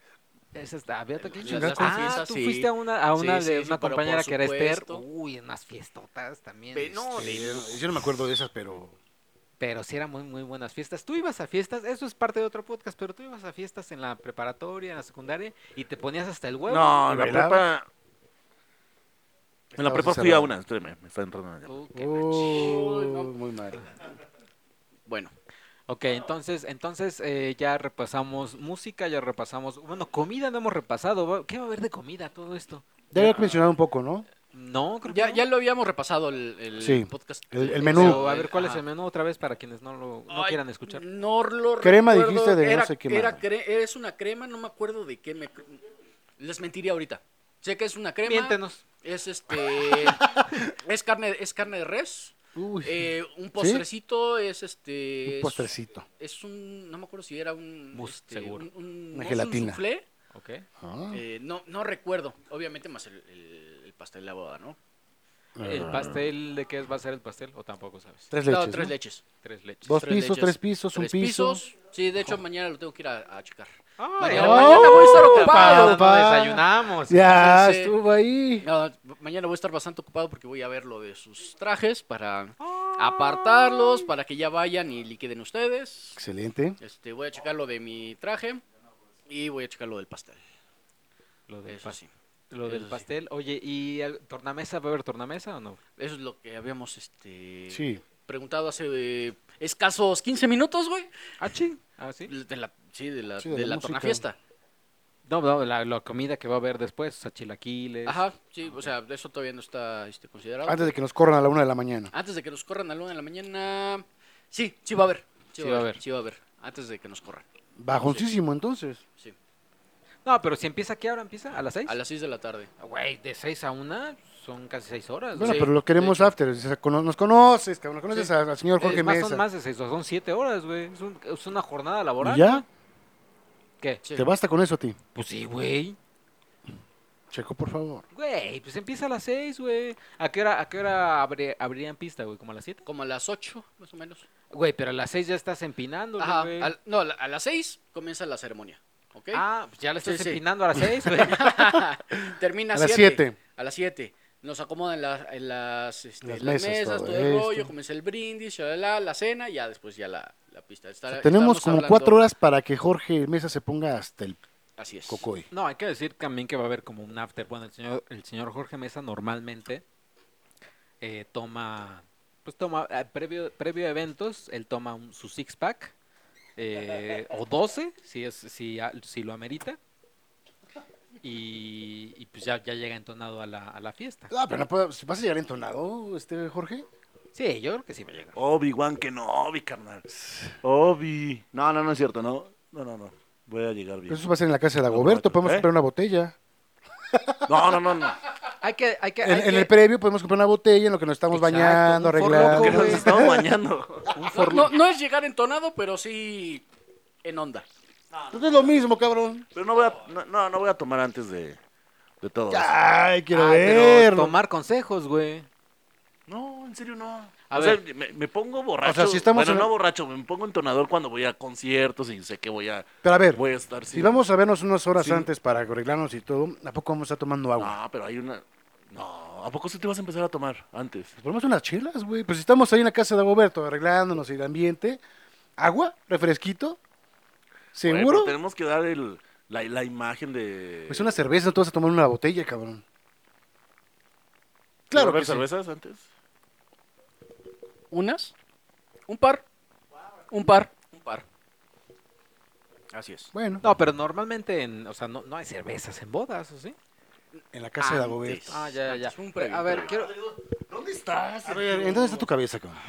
A: Esa está, había otra que-
E: Las-
B: las
A: Ah,
E: princesas,
A: tú
E: sí.
A: fuiste a una, a
E: Sí,
A: una
E: sí,
A: de
E: sí,
A: una
E: pero por
A: compañera que era Esther.
E: supuesto.
A: Uy, en unas fiestotas también.
E: Ve, no,
A: este,
E: de-
B: Sí, Yo no me acuerdo de esas, pero.
A: Pero sí eran muy, muy buenas fiestas. Tú ibas a fiestas, eso es parte de otro podcast, pero tú ibas a fiestas en la preparatoria, en la secundaria, y te ponías hasta el huevo.
C: No, en la
B: ¿Verdad?
C: prepa. En la
B: Estabas
C: prepa fui a
B: encerrado.
C: una. Espérame, me está entrando una llamada.
A: Tú, qué
B: Oh,
E: machi- Uy, no.
B: muy mal.
E: Bueno,
A: Ok, entonces, entonces eh, ya repasamos música, ya repasamos, bueno, comida no hemos repasado. ¿va- ¿Qué va a haber de comida todo esto?
B: Ya había mencionado un poco, ¿no?
A: No, creo que
E: ya,
A: no.
E: ya lo habíamos repasado el, el
B: Sí,
E: podcast.
B: el- el
A: Pero,
B: menú.
E: Pero,
A: a ver, ¿cuál es
E: ajá.
A: el menú otra vez para quienes no lo no
E: Ay,
A: quieran escuchar?
E: No lo
B: Crema
E: recuerdo.
B: dijiste de no
E: era,
B: sé qué
E: era
B: madre.
E: cre- es una crema, no me acuerdo de qué me... Les mentiría ahorita. Sé que es una crema.
A: Miéntenos.
E: Es este. es, carne, es carne de res.
B: Uy.
E: eh, un postrecito es este.
B: un postrecito.
E: Es, es un. No me acuerdo si era un.
A: Mousse,
E: este,
A: seguro.
E: un- un-
B: Una
E: mousse, un
B: gelatina.
E: soufflé,
A: Ok.
B: Ah.
E: eh, no, no recuerdo. Obviamente más el, el- el pastel de la boda, ¿no?
A: ¿El pastel de qué es- va a ser el pastel? ¿O tampoco sabes?
B: Tres
E: No,
B: leches.
E: tres
B: ¿no?
E: leches.
A: Tres leches.
B: Dos
E: tres
B: pisos,
E: leches.
B: tres pisos, un
E: Tres
B: piso.
E: pisos. Sí, de hecho mañana lo tengo que ir a, a checar.
A: Ay,
E: Mañana,
B: no.
E: mañana voy a estar ocupado.
A: mañana no
B: papá.
A: desayunamos.
B: Ya
E: Entonces,
B: estuvo ahí.
E: No, mañana voy a estar bastante ocupado porque voy a ver lo de sus trajes para apartarlos, para que ya vayan y liquiden ustedes.
B: Excelente.
E: Este, voy a checar lo de mi traje y voy a checar lo del pastel.
A: Lo del,
E: Eso
A: pas-
E: sí.
A: lo del
E: eso sí.
A: pastel. Oye, ¿y al- tornamesa? ¿Va a haber tornamesa o no?
E: Eso es lo que habíamos este,
B: Sí.
E: preguntado hace eh, escasos 15 minutos, güey.
A: Ah, sí. Ah, sí.
E: De la, sí, de la,
B: Sí,
E: de
B: de la
E: la
B: música.
E: tornafiesta.
A: No, no, la, la comida que va a haber después, o sea, chilaquiles.
E: Ajá, sí, o sea, eso todavía no está este, considerado.
B: Antes de que nos corran a la una de la mañana.
E: Antes de que nos corran a la una de la mañana. Sí, sí va a haber. Sí, va a haber. Sí va a haber. Antes de que nos corran.
B: Bajoncísimo, entonces.
E: Sí.
A: No, pero si empieza, ¿qué hora empieza? ¿A las seis?
E: A las 6 de la tarde.
A: Ah, Güey, de seis a una son casi seis horas.
B: Bueno,
A: güey.
B: pero lo queremos
E: de hecho.
B: after. o sea, cono- Nos conoces, cabrón. Conoces
E: Sí.
B: a- al señor
A: Es
B: Jorge
A: más,
B: Mesa.
A: son más de seis, o son siete horas, güey. Es, un- es una jornada laboral.
B: ¿Y ya?
A: ¿Qué?
E: Sí.
B: ¿Te basta con eso a ti?
A: Pues sí, güey.
B: Checo, por favor.
A: Güey, pues empieza a las seis, güey. ¿A qué hora, a qué hora abre- abrirían pista, güey? ¿Como a las siete?
E: Como a las 8, más o menos.
A: Güey, pero a las 6 ya estás empinando,
E: Ajá,
A: güey.
E: al- no, a la- a las 6 comienza la ceremonia. ¿Ok?
A: Ah, pues ya le
E: Sí,
A: estás
E: sí.
A: empinando a las 6, güey.
E: Termina
B: A las
E: siete.
B: siete.
E: A las 7. Nos acomodan la- en las, este,
B: Las
E: las
B: mesas,
E: mesas,
B: todo
E: todo, el
B: esto.
E: rollo, comienza el brindis, shalala, la cena, y ya después ya la, la pista. Está-
B: O sea, tenemos
E: estamos
B: como
E: hablando-
B: cuatro horas para que Jorge Mesa se ponga hasta el
E: Así es.
B: cocoy.
A: No, hay que decir también que va a haber como un after. Bueno, el señor, el señor Jorge Mesa normalmente eh, toma, pues toma, eh, previo, previo a eventos, él toma un- su six pack eh, o 12, si, es, si, a- si lo amerita. Y, y pues ya, ya llega entonado a la, a la fiesta.
B: Ah, pero no puedo- ¿vas a llegar entonado, este Jorge?
A: Sí, yo creo que sí va a llegar.
C: Obi-Wan Kenobi, carnal. Obi. No, no, no es cierto, no. No, no, no. Voy a llegar bien.
B: Eso va a ser en la casa de Dagoberto, podemos
C: ¿Eh?
B: comprar una botella.
C: No, no, no, no.
A: Hay que, hay que,
B: En,
A: hay
B: en
A: que-
B: el previo podemos comprar una botella en lo que nos estamos
A: Exacto,
B: bañando,
A: un forro
B: arreglando.
C: Que
A: loco,
C: nos
A: güey.
C: estamos bañando.
E: No, no- no es llegar entonado, pero sí en onda.
B: Entonces Pues es lo mismo, cabrón.
C: Pero no voy a, no, no, no voy a tomar antes de, de todo eso.
B: Ay, quiero
A: Ah, pero
B: ver.
A: tomar consejos, güey.
C: No, en serio no.
A: A
C: o
A: ver.
C: sea, me, me pongo borracho.
B: O sea, si estamos en-
C: bueno, no borracho, me pongo entonador cuando voy a conciertos y sé que voy a,
B: Pero a ver,
C: voy a estar sin...
B: si vamos a vernos unas horas
C: Sí. Ah.
B: antes para arreglarnos y todo, ¿a poco vamos a estar tomando agua?
C: No, pero hay una... No, ¿a poco sí te vas a empezar a tomar antes?
B: Pues ponemos unas chelas, güey. Pues si estamos ahí en la casa de Dagoberto arreglándonos y el ambiente, agua, refresquito,
C: Güey,
B: seguro.
C: pero tenemos que dar el, la, la imagen de...
B: Pues una cerveza, no te vas a tomar una botella, cabrón.
C: ¿Puedo
B: Claro
C: ver
B: que sí.
C: cervezas antes?
E: ¿Unas? ¿Un par? ¿Un par? Un par. Así es.
B: Bueno,
A: No, pero normalmente, en, o sea, no, no hay cervezas en bodas, ¿o sí?
B: en la casa de
E: antes.
B: Dagoberto.
A: Ah, ya, ya,
E: Antes, un
A: ya.
E: previo,
A: A
E: un
A: ver,
E: previo.
A: quiero...
C: ¿Dónde estás?
B: A ver, ¿en dónde está tu cabeza, cabrón?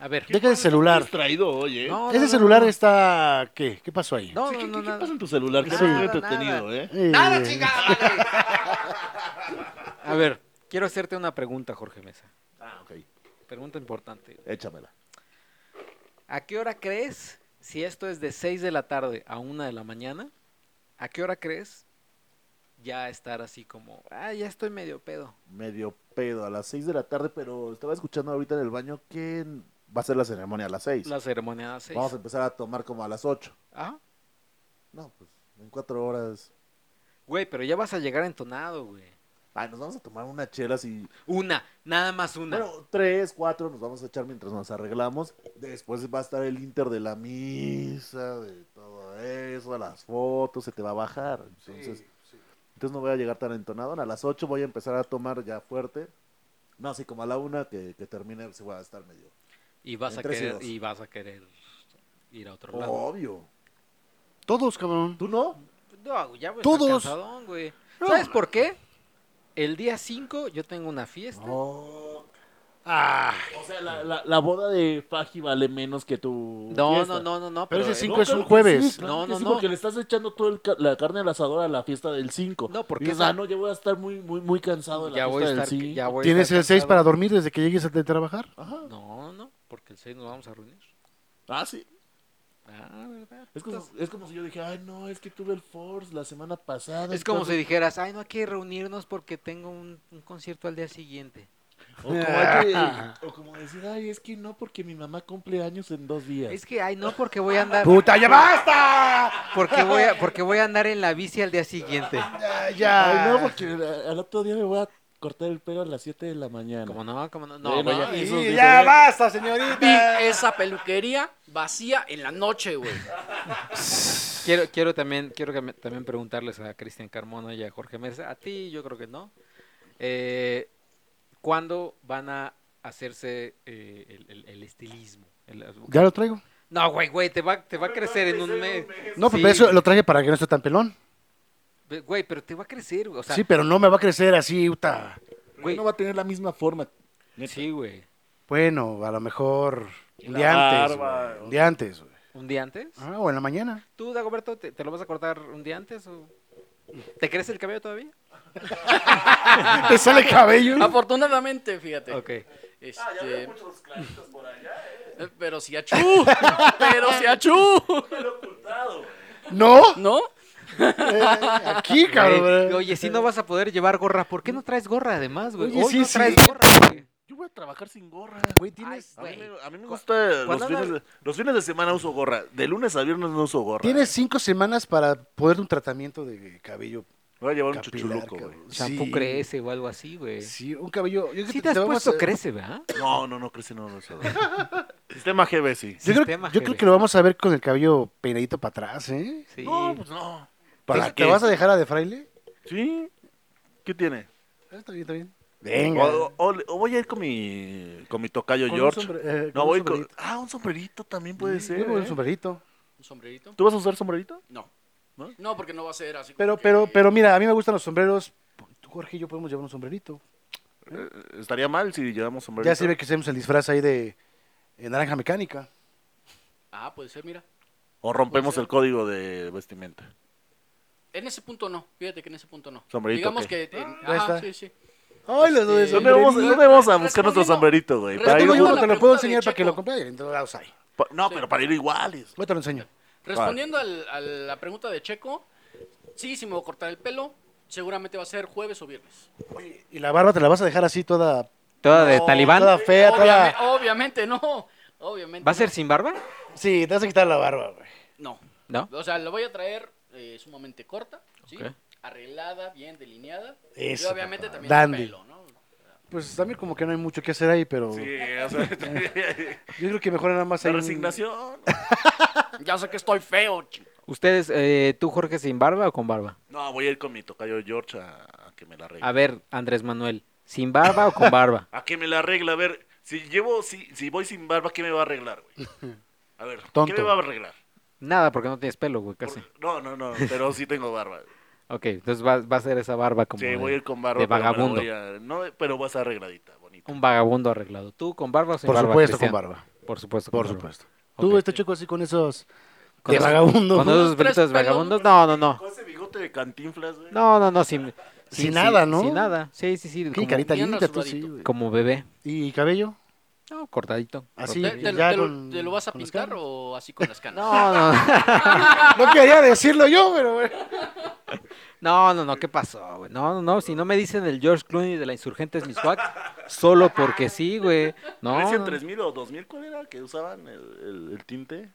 A: A ver.
B: Deja el celular.
D: Distraído hoy, ¿eh?
A: No, no,
B: Ese
A: no,
B: celular
A: no.
B: está. ¿Qué? ¿Qué pasó ahí?
A: No,
D: ¿Qué,
A: no,
D: qué-
A: no,
D: qué
A: nada.
D: pasa en tu celular? Que
A: Nada,
D: es muy
A: nada.
D: entretenido, ¿eh?
B: Eh,
F: Nada, chingada madre.
A: A ver, quiero hacerte una pregunta, Jorge Mesa.
D: Ah, ok.
A: Pregunta importante.
D: Échamela.
A: ¿A qué hora crees, si esto es de 6 de la tarde a 1 de la mañana, a qué hora crees ya estar así como, ah, ya estoy medio pedo?
D: Medio pedo a las 6 de la tarde, pero estaba escuchando ahorita en el baño que va a ser la ceremonia a las 6.
A: La ceremonia de las 6.
D: Vamos a empezar a tomar como a las 8.
A: Ah,
D: No, pues en 4 horas.
A: güey, pero ya vas a llegar entonado, güey.
D: Ay, nos vamos a tomar una chela así.
A: Una, nada más una.
D: Bueno, 3, 4 nos vamos a echar mientras nos arreglamos. Después va a estar el inter de la misa, de todo eso, las fotos, se te va a bajar. Entonces, entonces no voy a llegar tan entonado. A las 8 voy a empezar a tomar ya fuerte. No, así como a la 1 que, que termine, se va a estar medio.
A: y vas a
D: entre sí
A: querer,
D: dos.
A: y vas a querer ir a
D: Oh.
A: otro lado.
D: Obvio.
B: Todos, cabrón.
D: ¿Tú no?
A: No, ya voy a
B: Todos.
A: estar cansadón, güey. ¿Sabes por qué? El día 5 yo tengo una fiesta.
D: No. O sea, la, la- la boda de Faji vale menos que tu.
A: No,
D: fiesta.
A: no, no, no, no.
B: Pero
A: pero,
B: ese
A: eh,
B: cinco es
D: claro
B: un
D: que
B: jueves.
D: sí, claro
A: No,
D: que
A: no,
D: sí,
A: no.
D: Porque le estás echando toda el ca- la carne al asador a la fiesta del 5.
A: No, porque
D: Y dices,
A: esa-
D: ah, no, yo voy a estar muy, muy, muy cansado de la
A: ya voy a
D: fiesta
A: estar,
D: del 5.
A: ya voy a
B: ¿Tienes
A: estar
B: el 6
A: Pues, cansado.
B: para dormir desde que llegues a de trabajar?
D: Ajá.
A: No, no, porque el 6 nos vamos a reunir.
D: Ah, sí.
A: Ah, ¿verdad?
D: Es como, es como si yo dije, ay, no, es que tuve el Force la semana pasada.
A: Es como si
D: entonces-
A: dijeras, ay, no hay que reunirnos porque tengo un, un concierto al día siguiente.
D: O como, hay que- o como decir, ay, es que no, porque mi mamá cumple años en dos días.
A: Es que, ay, no, porque voy a andar,
B: ¡Puta, ya basta!
A: porque voy a, porque voy a andar en la bici al día siguiente.
B: Ya,
D: Ay,
A: ah.
D: no,
A: pues,
B: ya.
D: porque al otro día me voy a cortar el pelo a las 7 de la mañana.
A: Como no, como no, no,
D: Bueno,
A: güey,
D: ya-
A: y-
D: eso
B: Sí,
D: es
B: ya
D: diferente.
B: basta, señorita.
E: Vi esa peluquería vacía en la noche, güey.
A: Quiero, quiero también, quiero que me- también preguntarles a Cristian Carmona y a Jorge Mesa, a ti yo creo que no. Eh, ¿Cuándo van a hacerse eh, el, el- el estilismo? El-
B: Ya lo traigo.
A: No, güey, güey, te va, te va a crecer en un mes.
B: No, pues, pero
A: Sí,
B: eso lo traje para que no esté tan pelón.
A: pe- Güey, pero te va a crecer, güey, o sea,
B: sí, pero no me va a crecer así, puta.
A: güey,
D: No va a tener la misma forma.
A: sí, güey.
B: Bueno, a lo mejor un
C: La
B: día antes.
C: barba,
B: güey,
C: o-
B: Un día antes. güey.
A: ¿Un día antes?
B: Ah, o en la mañana.
A: ¿Tú, Dagoberto, te, te lo vas a cortar un día antes? o- ¿Te crece el cabello todavía?
B: ¿Te sale
E: Ah.
B: cabello?
E: Afortunadamente, fíjate.
A: Ok.
E: Este, eh, Pero si achú, pero si achú,
B: ¿No? eh,
E: ¿no?
B: Aquí, cabrón.
A: Güey, Oye, si no vas a poder llevar gorra, ¿por qué no traes gorra además, güey?
B: Oye,
A: Hoy
B: sí,
A: no
B: sí.
A: traes gorra, güey.
C: Yo voy a trabajar sin gorra.
B: Güey, tienes,
C: A mí,
E: Güey.
C: me- a mí me gusta los
B: cuando
C: fines,
B: andas-
C: de, los fines de semana uso gorra. De lunes a viernes no uso gorra.
B: tienes cinco semanas para poder un tratamiento de cabello.
C: Voy a llevar un
B: capilar,
C: chuchuluco, güey.
B: cabrón.
A: Shampoo
B: Sí,
A: crece o algo así, güey. Sí,
B: Sí, un cabello. Yo creo que
A: te has
B: va más-
A: puesto crece, ¿verdad?
C: No, no, no, crece no, no uso gorra. Sistema GB, sí.
B: Yo creo,
A: Sistema,
B: yo creo
A: jefe.
B: que lo vamos a ver con el cabello peinadito para atrás, ¿eh?
A: Sí.
C: No, pues no.
B: ¿Te, te vas a dejar a de fraile?
C: ¿Sí? ¿Qué tiene?
B: Ah, Está bien, está bien.
C: O, o- o voy a ir con mi, con mi tocayo
B: Con un
C: Oh, George.
B: sombre- eh, con
C: no,
B: un
C: voy con...
B: sombrerito.
C: Ah, un sombrerito también puede ser.
B: Yo voy
C: ¿eh?
B: un sombrerito.
E: ¿Un sombrerito?
C: ¿Tú vas a usar sombrerito?
E: No.
C: ¿No?
E: No, porque no va a ser así. como
B: Pero,
E: que-
B: pero, pero mira, a mí me gustan los sombreros. Tú, Jorge y yo podemos llevar un sombrerito.
C: Eh, Estaría mal si llevamos sombrerito.
B: Ya se ve que hacemos el disfraz ahí de eh, naranja mecánica.
E: Ah, puede ser, mira.
C: O
E: Puede
C: rompemos
E: ser.
C: el código de vestimenta.
E: En ese punto no. Fíjate que en ese punto no.
C: Sombrerito,
E: Digamos
C: ¿qué?
E: que. en-
B: ahí
E: ajá,
B: Ah, está.
E: sí, sí.
B: Ay, los dos de
E: Este,
C: ¿Dónde vamos,
B: sombrerito.
C: dónde vamos a buscar
E: Respondiendo-
C: nuestro sombrerito, güey?
E: respondiendo
C: Para ir
B: Tengo
E: Ahí
B: uno, te
E: hubo la
B: lo puedo
E: pregunta de
B: enseñar para que
E: Checo.
B: lo compres en todos lados hay.
C: pa- No,
E: Sí.
C: pero para ir iguales.
B: Yo te lo enseño.
E: Respondiendo al- a la pregunta de Checo, sí, si me voy a cortar el pelo, seguramente va a ser jueves o viernes.
B: ¿Y la barba te la vas a dejar así toda,
A: Toda de
C: No,
A: talibán.
B: toda fea,
E: Obviame-
B: toda...
E: obviamente no. Obviamente.
A: ¿Va a ser
E: no.
A: sin barba?
B: Sí, te vas a quitar la barba, güey.
E: No.
A: ¿No?
E: O sea, lo voy a traer eh, sumamente corta, ¿sí?
A: Ok.
E: arreglada, bien delineada.
B: Eso,
E: y obviamente
B: papá.
E: también
B: Dandy.
E: el pelo, ¿no?
B: Pues también como que no hay mucho que hacer ahí, pero
C: Sí, o sea,
B: yo creo que mejor nada más
C: la
B: hay un-
C: resignación.
E: Ya sé que estoy feo, chi-
A: ¿Ustedes, eh, tú, Jorge, sin barba o con barba?
C: No, voy a ir con mi tocayo George a, a que me la arregle.
A: A
C: A,
A: ver, Andrés Manuel, ¿sin barba o con barba?
C: que me la arregle, a ver. Si llevo, si, si voy sin barba, ¿qué me va a arreglar, güey? A ver,
B: Tonto.
C: ¿qué me va a arreglar?
A: Nada, porque no tienes pelo, güey,
C: Por-
A: casi.
C: No, no, no, pero sí tengo barba.
A: Ok, entonces va, va a ser esa barba como
C: sí,
A: de,
C: voy a ir con barba.
A: de
C: pero me la
A: vagabundo.
C: voy a- no, pero vas arregladita, bonita.
A: Un vagabundo arreglado. ¿Tú con barba o sin
B: Por
A: barba?
B: supuesto, con
A: Cristian?
B: barba.
A: Por supuesto. con
B: Por
A: barba.
B: supuesto.
A: Ok.
B: Tú, este chico así con esos...
A: Con
B: de
A: esos-
B: vagabundo.
A: ¿Con esos
E: Tres
A: pelitos
E: pelos.
A: vagabundos? No, no, no.
C: Con ese bigote de cantinflas, güey.
A: No, no, no, sin...
B: Sin nada, ¿no?
A: Sin nada. Sí, sí, sí.
B: Qué
A: Como,
B: carita
E: bien
B: linda, tú sí,
E: rasuraditos.
B: güey.
A: como bebé.
B: ¿Y cabello?
A: No, cortadito.
B: Así.
E: ¿Te,
A: cortadito.
E: te-
B: ya
E: te lo-
B: con-
E: te lo vas a
B: con las
E: pintar
B: canas.
E: o así con las canas?
A: No, no.
B: No quería decirlo yo, pero... güey.
A: No, no, no, ¿qué pasó, güey? No, no, no, si no me dicen el George Clooney de la Insurgentes Miscuac, solo porque sí, güey. No,
C: ¿Parecían
A: no, no.
C: 3000 o 2000 cuál era que usaban el, el- el tinte?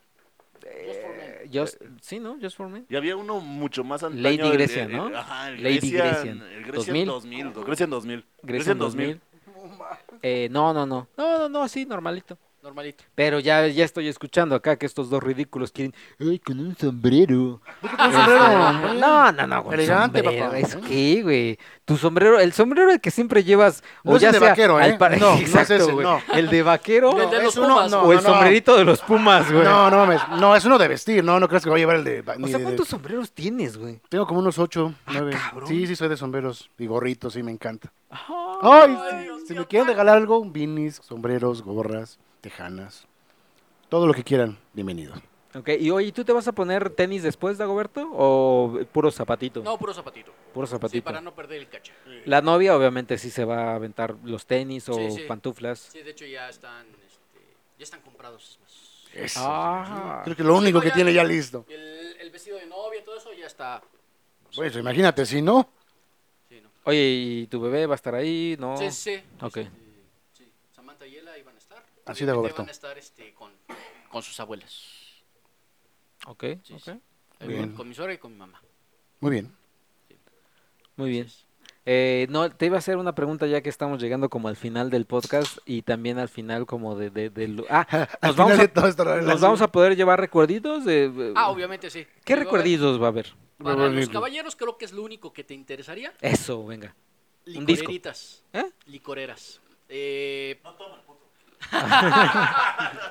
A: Eh, Just- sí, ¿no? Just for me.
C: Y había uno mucho más antaño.
A: Lady
C: el- el-
A: Grecia, ¿no?
C: el- ajá, el
A: Lady
C: Grecian.
A: Grecian.
C: El Grecian
A: 2000.
C: 2000. Grecian 2000.
A: Grecian 2000. Eh, no, no, no. No, no, no, así, normalito.
E: Normalito.
A: Pero ya, ya estoy escuchando acá que estos dos ridículos quieren. ¡Ay, con un sombrero!
B: Un sombrero. Ah.
A: Este, No, no, no, con
B: Elegante,
A: sombrero.
B: papá.
A: Es que, güey. Tu sombrero, el sombrero el que siempre llevas. O
B: No es
A: ya
B: el de
A: sea
B: vaquero,
A: al
B: ¿eh?
A: par-
B: No, no es
A: Exacto,
B: ese,
A: güey.
B: no.
A: El de vaquero
E: No, El de los
B: es uno-
E: Pumas,
B: no,
A: o el
B: no, no.
A: sombrerito de los Pumas, güey.
B: No, no mames. No, es uno de vestir, no, no creas que voy a llevar el de.
A: O
B: ni
A: sea,
B: de-
A: ¿cuántos sombreros tienes, güey?
B: Tengo como unos ocho, nueve.
A: cabrón.
B: Sí, sí, soy de sombreros y gorritos, sí, me encanta.
E: Ay,
B: Ay,
E: Dios
B: si, si me
E: mío,
B: quieren regalar algo, binis, sombreros, gorras, tejanas, todo lo que quieran, bienvenido.
A: Ok, y oye, ¿tú te vas a poner tenis después, Dagoberto? ¿O puro zapatito?
E: No, puro zapatito.
A: puro
E: Sí,
A: zapatito.
E: para no perder el caché.
A: La novia, obviamente, sí se va a aventar los tenis o
E: Sí, sí.
A: pantuflas.
E: Sí, de hecho ya están, este, ya están comprados. es más.
B: Eso.
A: Ah.
B: Creo que lo único que
E: ya-
B: tiene ya listo.
E: El, el vestido de novia, todo eso ya está.
B: Pues imagínate, si no,
E: Sí, ¿no?
A: Oye, ¿y tu bebé va a estar ahí? No.
E: Sí, sí.
A: Oh. Ok.
E: Este, sí, Samantha y Ela iban a estar.
B: Así de
E: Obviamente
B: Roberto.
E: Van a estar este, con, con sus abuelas.
A: Ok,
E: Sí,
A: ok.
E: sí.
B: Bien.
E: Con, con mi suegra y con mi mamá.
B: muy bien.
A: Muy bien. Eh, no, te iba a hacer una pregunta ya que estamos llegando como al final del podcast y también al final como de... de, de lo- ah,
B: Al
A: nos, vamos
B: final
A: a,
B: de todo esto, la-
A: nos vamos a poder llevar recuerditos de...
E: Ah, obviamente sí.
A: ¿Qué
E: Digo, a ver,
A: recuerditos va a haber?
E: Para los caballeros creo que es lo único que te interesaría.
A: Eso, venga. Un disco.
E: Licoreritas.
A: ¿Eh?
E: Licoreras. Eh,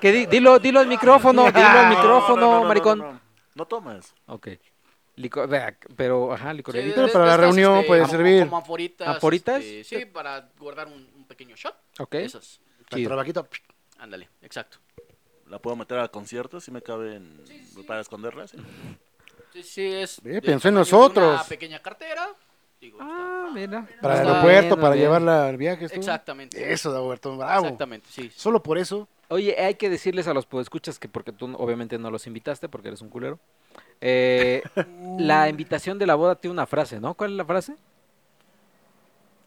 A: Que di- dilo, dilo al micrófono, dilo al
C: No,
A: micrófono,
C: no, no, no,
A: maricón.
C: No, no. No tomas.
A: Ok. Lico- vea, pero, ajá, licorerita.
B: pero
E: de-
B: para
E: de
B: la
E: estas, este,
B: reunión puede
E: como-
B: servir.
E: Como anforitas.
A: ¿Anforitas?
E: este, sí, para guardar un, un pequeño shot.
A: Ok.
E: Esas.
B: La
A: Chido.
B: trabaquita,
E: Ándale, exacto.
C: La puedo meter a conciertos si me cabe en- para esconderla. sí.
E: Sí, sí, es.
B: Eh,
E: del
B: pensó en
E: tamaño de
B: nosotros.
E: Una pequeña cartera. Digo,
A: Ah, mira.
B: para el
E: Está
B: aeropuerto,
A: bien,
B: para
A: bien.
B: llevarla al viaje.
E: está-
B: estuvo-
E: Exactamente.
B: Eso, Dagoberto, bravo.
E: Exactamente, sí. sí.
B: Solo por eso,
A: Oye, hay que decirles a los podescuchas que porque tú obviamente no los invitaste porque eres un culero. Eh, la invitación de la boda tiene una frase, ¿no? ¿Cuál es la frase?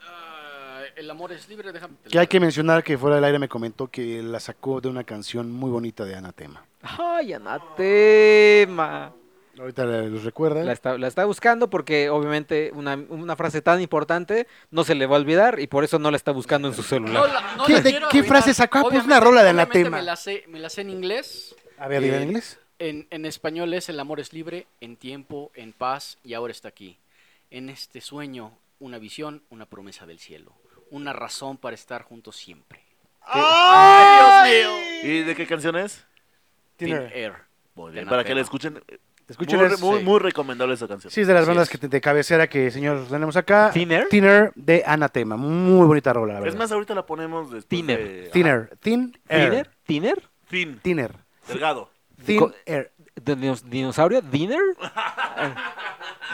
E: Ah, el amor es libre, déjame. te
B: Que
E: lo-
B: hay que mencionar que fuera del aire me comentó que la sacó de una canción muy bonita de Anatema.
A: Ay, anatema.
B: Ahorita la- los recuerda.
A: La está, la está buscando porque obviamente una, una frase tan importante no se le va a olvidar y por eso no la está buscando en su
E: No
A: celular.
E: la- no
B: ¿Qué-
E: la
B: de
E: quiero
B: qué
E: arruinar.
B: frase sacó? Ah, pues,
E: Obviamente-
B: una rola de
E: obviamente
B: Anatema.
E: Me la sé, me la sé en inglés.
B: A ver, dile en
E: Eh,
B: inglés.
E: En, en español es el amor es libre, en tiempo, en paz y ahora está aquí. En este sueño, una visión, una promesa del cielo, una razón para estar juntos siempre.
C: ¿Y de qué canción es?
E: Thin
B: Thinner.
E: Air.
C: Muy
E: de
C: bien, para que la
E: Anatema.
C: escuchen. eh,
B: Escuchen
C: muy,
B: es-
C: muy,
E: sí.
C: muy recomendable esa canción.
B: Sí, es de las
E: Así
B: bandas
E: es.
B: que te, de cabecera que, señor, tenemos acá.
A: ¿Thinner?
B: Thinner de Anatema. Muy bonita rola, la
C: es
B: verdad.
C: más, ahorita la ponemos después
A: Thinner.
C: de- ajá,
B: Thinner. Thin Air.
A: ¿Dinner? ¿Dinner?
C: Thin.
B: Thinner.
C: Delgado.
B: Thin
A: Co-
B: Air.
A: ¿De dinos- ¿Dinosaurio? ¿Dinner?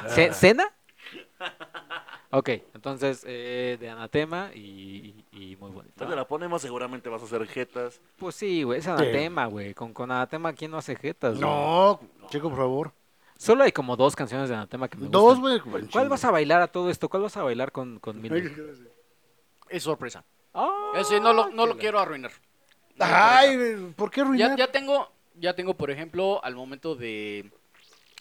A: Ce- ¿Cena? Ok, entonces eh, de anatema y, y- y muy bonito.
C: Ahorita la ponemos, seguramente vas a hacer jetas.
A: Pues sí, güey, es anatema, güey. Con, con anatema, ¿quién no hace jetas? güey?
B: No, chico, por favor.
A: Solo hay como dos canciones de anatema que me
B: Dos,
A: gustan.
B: güey.
A: ¿Cuál vas a bailar a todo esto? ¿Cuál vas a bailar con, con Mildred?
E: Es sorpresa.
A: Ah,
E: Ese no lo, no lo
A: chale.
E: quiero arruinar.
B: Ay, güey, ¿por qué
E: Ya,
B: arruinar?
E: ya tengo, ya tengo, por ejemplo, al momento de,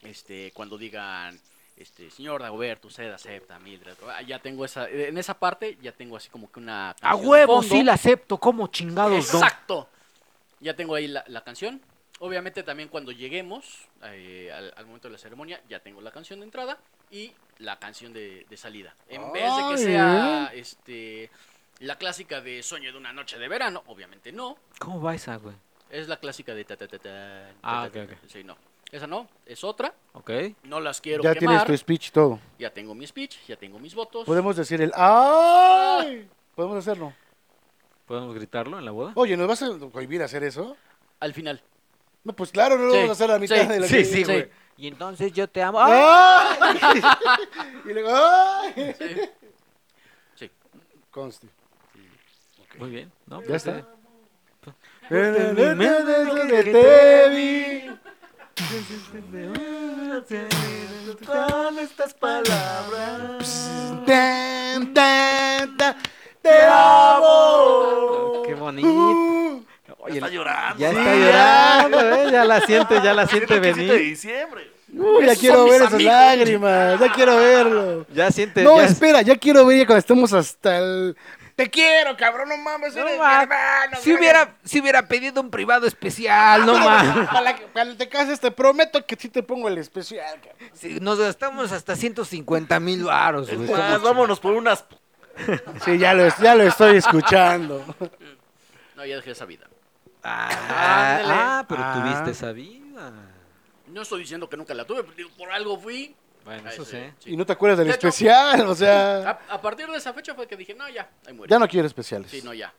E: este, cuando digan, este, señor Dagoberto, usted acepta, Mildred. ah, Ya tengo esa, en esa parte ya tengo así como que una...
A: A
E: canción de
A: huevo,
E: fondo.
A: sí la acepto, como chingados, no?
E: Exacto. Ya tengo ahí la, la canción. Obviamente también cuando lleguemos eh, al, al momento de la ceremonia, ya tengo la canción de entrada y la canción de, de salida. En vez de que
B: Ay.
E: sea este, la clásica de Sueño de una noche de verano, obviamente no.
A: ¿Cómo va esa, güey?
E: Es la clásica de ta ta ta ta,
A: Ah,
E: ta, ta,
A: ok,
E: ta,
A: ok.
E: Sí, no. Esa no, es otra.
A: Ok.
E: No las quiero
B: Ya tienes
E: quemar.
B: tu speech y todo.
E: Ya tengo mi speech, ya tengo mis votos.
B: Podemos decir el ¡Ay! Podemos hacerlo.
A: ¿Podemos gritarlo en la boda?
B: Oye, ¿nos vas a prohibir hacer eso?
E: Al final.
B: No, pues claro, no lo
E: Sí,
B: vamos a hacer a la mitad
E: sí,
B: de la
E: sí, sí, güey.
A: Y entonces yo te amo.
B: ¡Ay! y luego, ¡ay!
E: Sí.
B: Conste.
A: Muy bien, ¿no?
B: Ya
A: Pues,
B: está.
A: eh,
B: Que
C: estas palabras.
B: Te amo.
A: Qué bonito. Oye,
C: está llorando.
A: ya
C: Sí,
A: está
C: ya.
A: llorando, ¿eh? Ya la siente, ya la siente
C: 17 de
A: venir.
C: diciembre.
B: Uy, ya quiero ver esas lágrimas, ya quiero verlo.
A: Ya siente.
B: No,
A: ya-
B: espera, ya quiero ver ya cuando estemos hasta el. Te quiero, cabrón, no mames,
A: No,
B: eres mi
A: ma.
B: hermano,
F: Si
B: verga.
F: hubiera, si hubiera pedido un privado especial, no más.
B: Para la- Cuando te cases, te prometo que sí te pongo el especial, cabrón.
F: Sí, nos gastamos hasta 150 mil varos.
A: Pues
C: Es
F: güey.
C: más, vámonos por unas.
B: Sí, ya lo, ya lo estoy escuchando.
E: No, ya dejé esa vida.
A: Ah,
E: Ándale.
A: ah, pero
B: Ah.
A: tuviste esa vida.
E: No estoy diciendo que nunca la tuve, digo, por algo fui.
A: Bueno,
E: Ah,
A: eso
E: sí,
A: sí.
B: Y no te acuerdas del
E: De hecho- Ah,
B: especial, o sea.
E: A, a partir de esa fecha fue que dije, no, ya, ahí muere.
B: Ya no quiero especiales.
E: Sí, no, ya.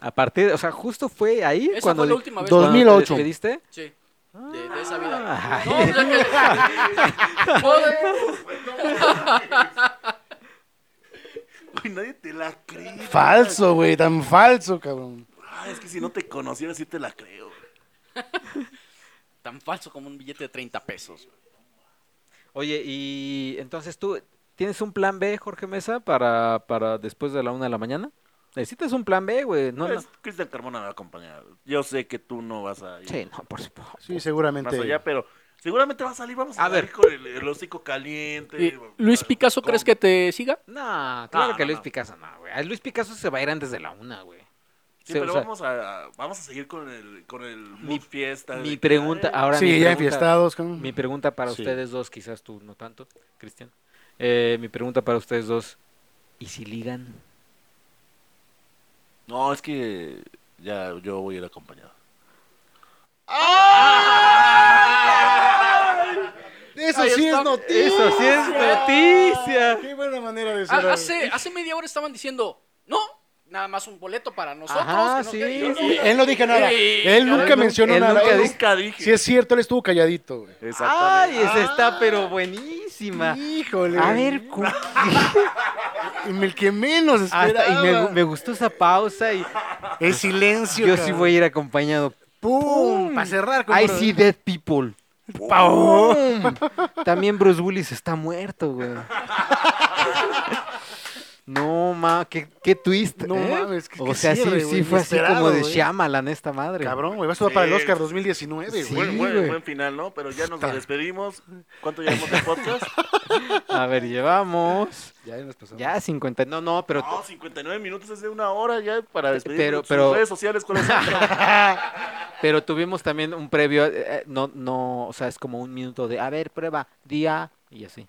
A: A partir, o sea, justo fue ahí
E: Esa
A: cuando
E: fue la
A: le-
E: última vez.
A: cuando te
B: 2008.
A: despediste.
E: Sí, de, de esa vida.
A: Ah.
E: No, pues, ya que- Joder.
C: Uy, nadie te la cree.
B: Falso, güey, tan falso, cabrón.
C: Ah, es que si no te conociera, sí te la creo.
E: Tan falso como un billete de 30 pesos.
A: Oye, y entonces tú tienes un plan B, Jorge Mesa, para, para después de la una de la mañana. Necesitas un plan B, güey. No,
F: Pues,
A: no.
C: Es Cristian Carmona me va a acompañar. Yo sé que tú no vas a ir
A: Sí, no, por supuesto.
B: Sí, seguramente.
C: más allá, pero seguramente va a salir. Vamos a,
A: A
C: salir
A: ver.
C: con el, el hocico caliente.
E: Luis Picasso,
C: Con-
E: ¿crees que te siga?
A: No, claro
C: No,
A: que
C: no,
A: Luis
C: no.
A: Picasso no, güey. A Luis Picasso se va a ir antes de la una, güey.
C: Sí,
A: Se- o
C: pero
A: sea,
C: vamos, a, a- vamos a seguir con el, con el mi fiesta. de
A: mi
C: que,
A: pregunta,
C: ay,
A: ahora mi
B: sí, ya
A: pregunta-
B: enfiestados, cabrón.
A: Mi pregunta para
B: Sí.
A: ustedes dos, quizás tú no tanto, Cristian. Eh, mi pregunta para ustedes dos, ¿y si ligan?
C: No, es que ya yo voy a ir acompañado.
B: Eso
E: Ahí
B: sí
E: está.
B: es noticia.
A: Eso sí es noticia.
B: Qué buena manera de
E: Ah,
B: cerrar.
E: hace, hace media hora estaban diciendo, no, nada más un boleto para nosotros.
A: Ajá,
E: que no sé qué".
A: sí,
E: Y yo,
A: sí.
B: Él no dijo nada.
E: Sí,
B: Él nunca
A: él
B: mencionó
A: nunca
B: nada. Él-
A: dijo.
C: Nunca dije.
B: Sí es cierto, él estuvo calladito, güey.
A: Ay,
C: Exactamente.
A: esa está pero buenísima.
B: Híjole.
A: A ver, cu-
B: Y el que menos esperaba.
A: hasta- y me, gu- me gustó esa pausa y
B: El silencio.
A: yo sí
B: cabrón.
A: voy a ir acompañado.
B: ¡Pum!
A: ¡Pum!
B: Para cerrar. con
A: I
B: bro-
A: see dead people.
B: ¡Pum!
A: También Bruce Willis está muerto, güey. No, ma, qué, qué twist.
B: No
A: ¿eh?
B: mames, qué-
A: O
B: qué
A: sea, sí,
B: cierre,
A: sí
B: güey,
A: fue así
B: inesperado,
A: como de
B: güey.
A: Shyamalan esta madre.
B: Cabrón, güey, vas a dar para el
F: Sí.
B: Oscar 2019, güey.
A: Sí,
F: buen, buen-
A: güey.
F: buen final, ¿no? Pero ya nos despedimos. ¿Cuánto llevamos de podcast?
A: A ver, llevamos
B: Ya nos pasamos.
A: ya 50. No, no, pero
F: No, 59 minutos es de una hora ya para despedirnos.
A: Pero-
F: Pero,
A: pero-
F: redes sociales, ¿cuáles son?
A: Pero tuvimos también un previo, eh, eh, no, no, o sea, es como un minuto de, a ver, prueba, día, y así.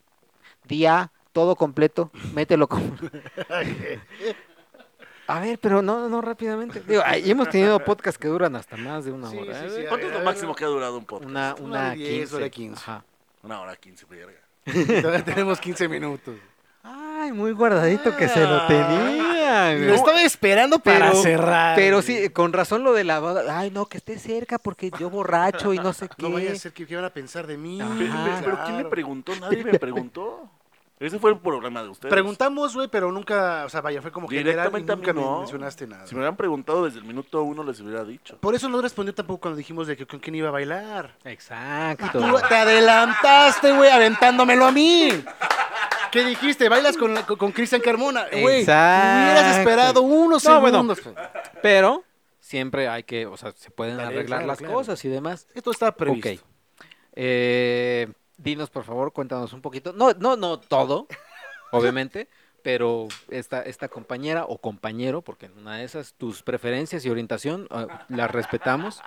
A: Día, todo completo, mételo como... A ver, pero no, no, rápidamente. Digo, ahí hemos tenido podcasts que duran hasta más de una
B: Sí,
A: hora.
B: sí,
A: ¿eh?
B: sí, a
F: ¿Cuánto es
B: ver,
F: lo
B: a
F: máximo
B: ver.
F: que ha durado un podcast?
A: Una,
B: Una
A: una
B: de diez,
A: 15.
B: hora quince.
A: Ajá.
F: Una hora 15, verga.
B: Todavía tenemos 15 minutos.
A: Ay, muy guardadito que se lo tenía.
B: Ah. Lo
A: güey.
B: estaba esperando para
A: Pero-
B: cerrar.
A: Pero
B: güey.
A: sí, con razón lo de la... boda, Ay, no, que esté cerca porque yo borracho y no sé qué.
B: No vaya a ser que, que van a pensar de mí.
A: Ajá.
F: Pero, pero- pero ¿quién me
B: Claro.
F: preguntó? Nadie me preguntó. Ese fue el problema de ustedes.
B: Preguntamos, güey, pero nunca, o sea, vaya, fue como general y
F: Directamente a mí
B: nunca me
F: no.
B: mencionaste nada.
F: Si me hubieran preguntado desde el minuto uno, les hubiera dicho.
B: Por eso no respondió tampoco cuando dijimos de que con quién iba a bailar.
A: Exacto.
B: Tú
F: Ah.
B: te adelantaste, güey, aventándomelo a mí. ¿Qué dijiste? ¿Bailas con, la- con Cristian Carmona? Güey,
A: Exacto.
B: hubieras esperado unos
A: No, bueno.
B: segundos. güey.
A: Pero pues. siempre hay que, o sea, se pueden
B: Claro,
A: arreglar
B: claro,
A: las
B: claro.
A: cosas y demás.
B: Esto está previsto.
A: Ok. Eh, dinos, por favor, cuéntanos un poquito. No, no, no todo, obviamente, pero esta, esta compañera o compañero, porque en una de esas tus preferencias y orientación ah, las respetamos.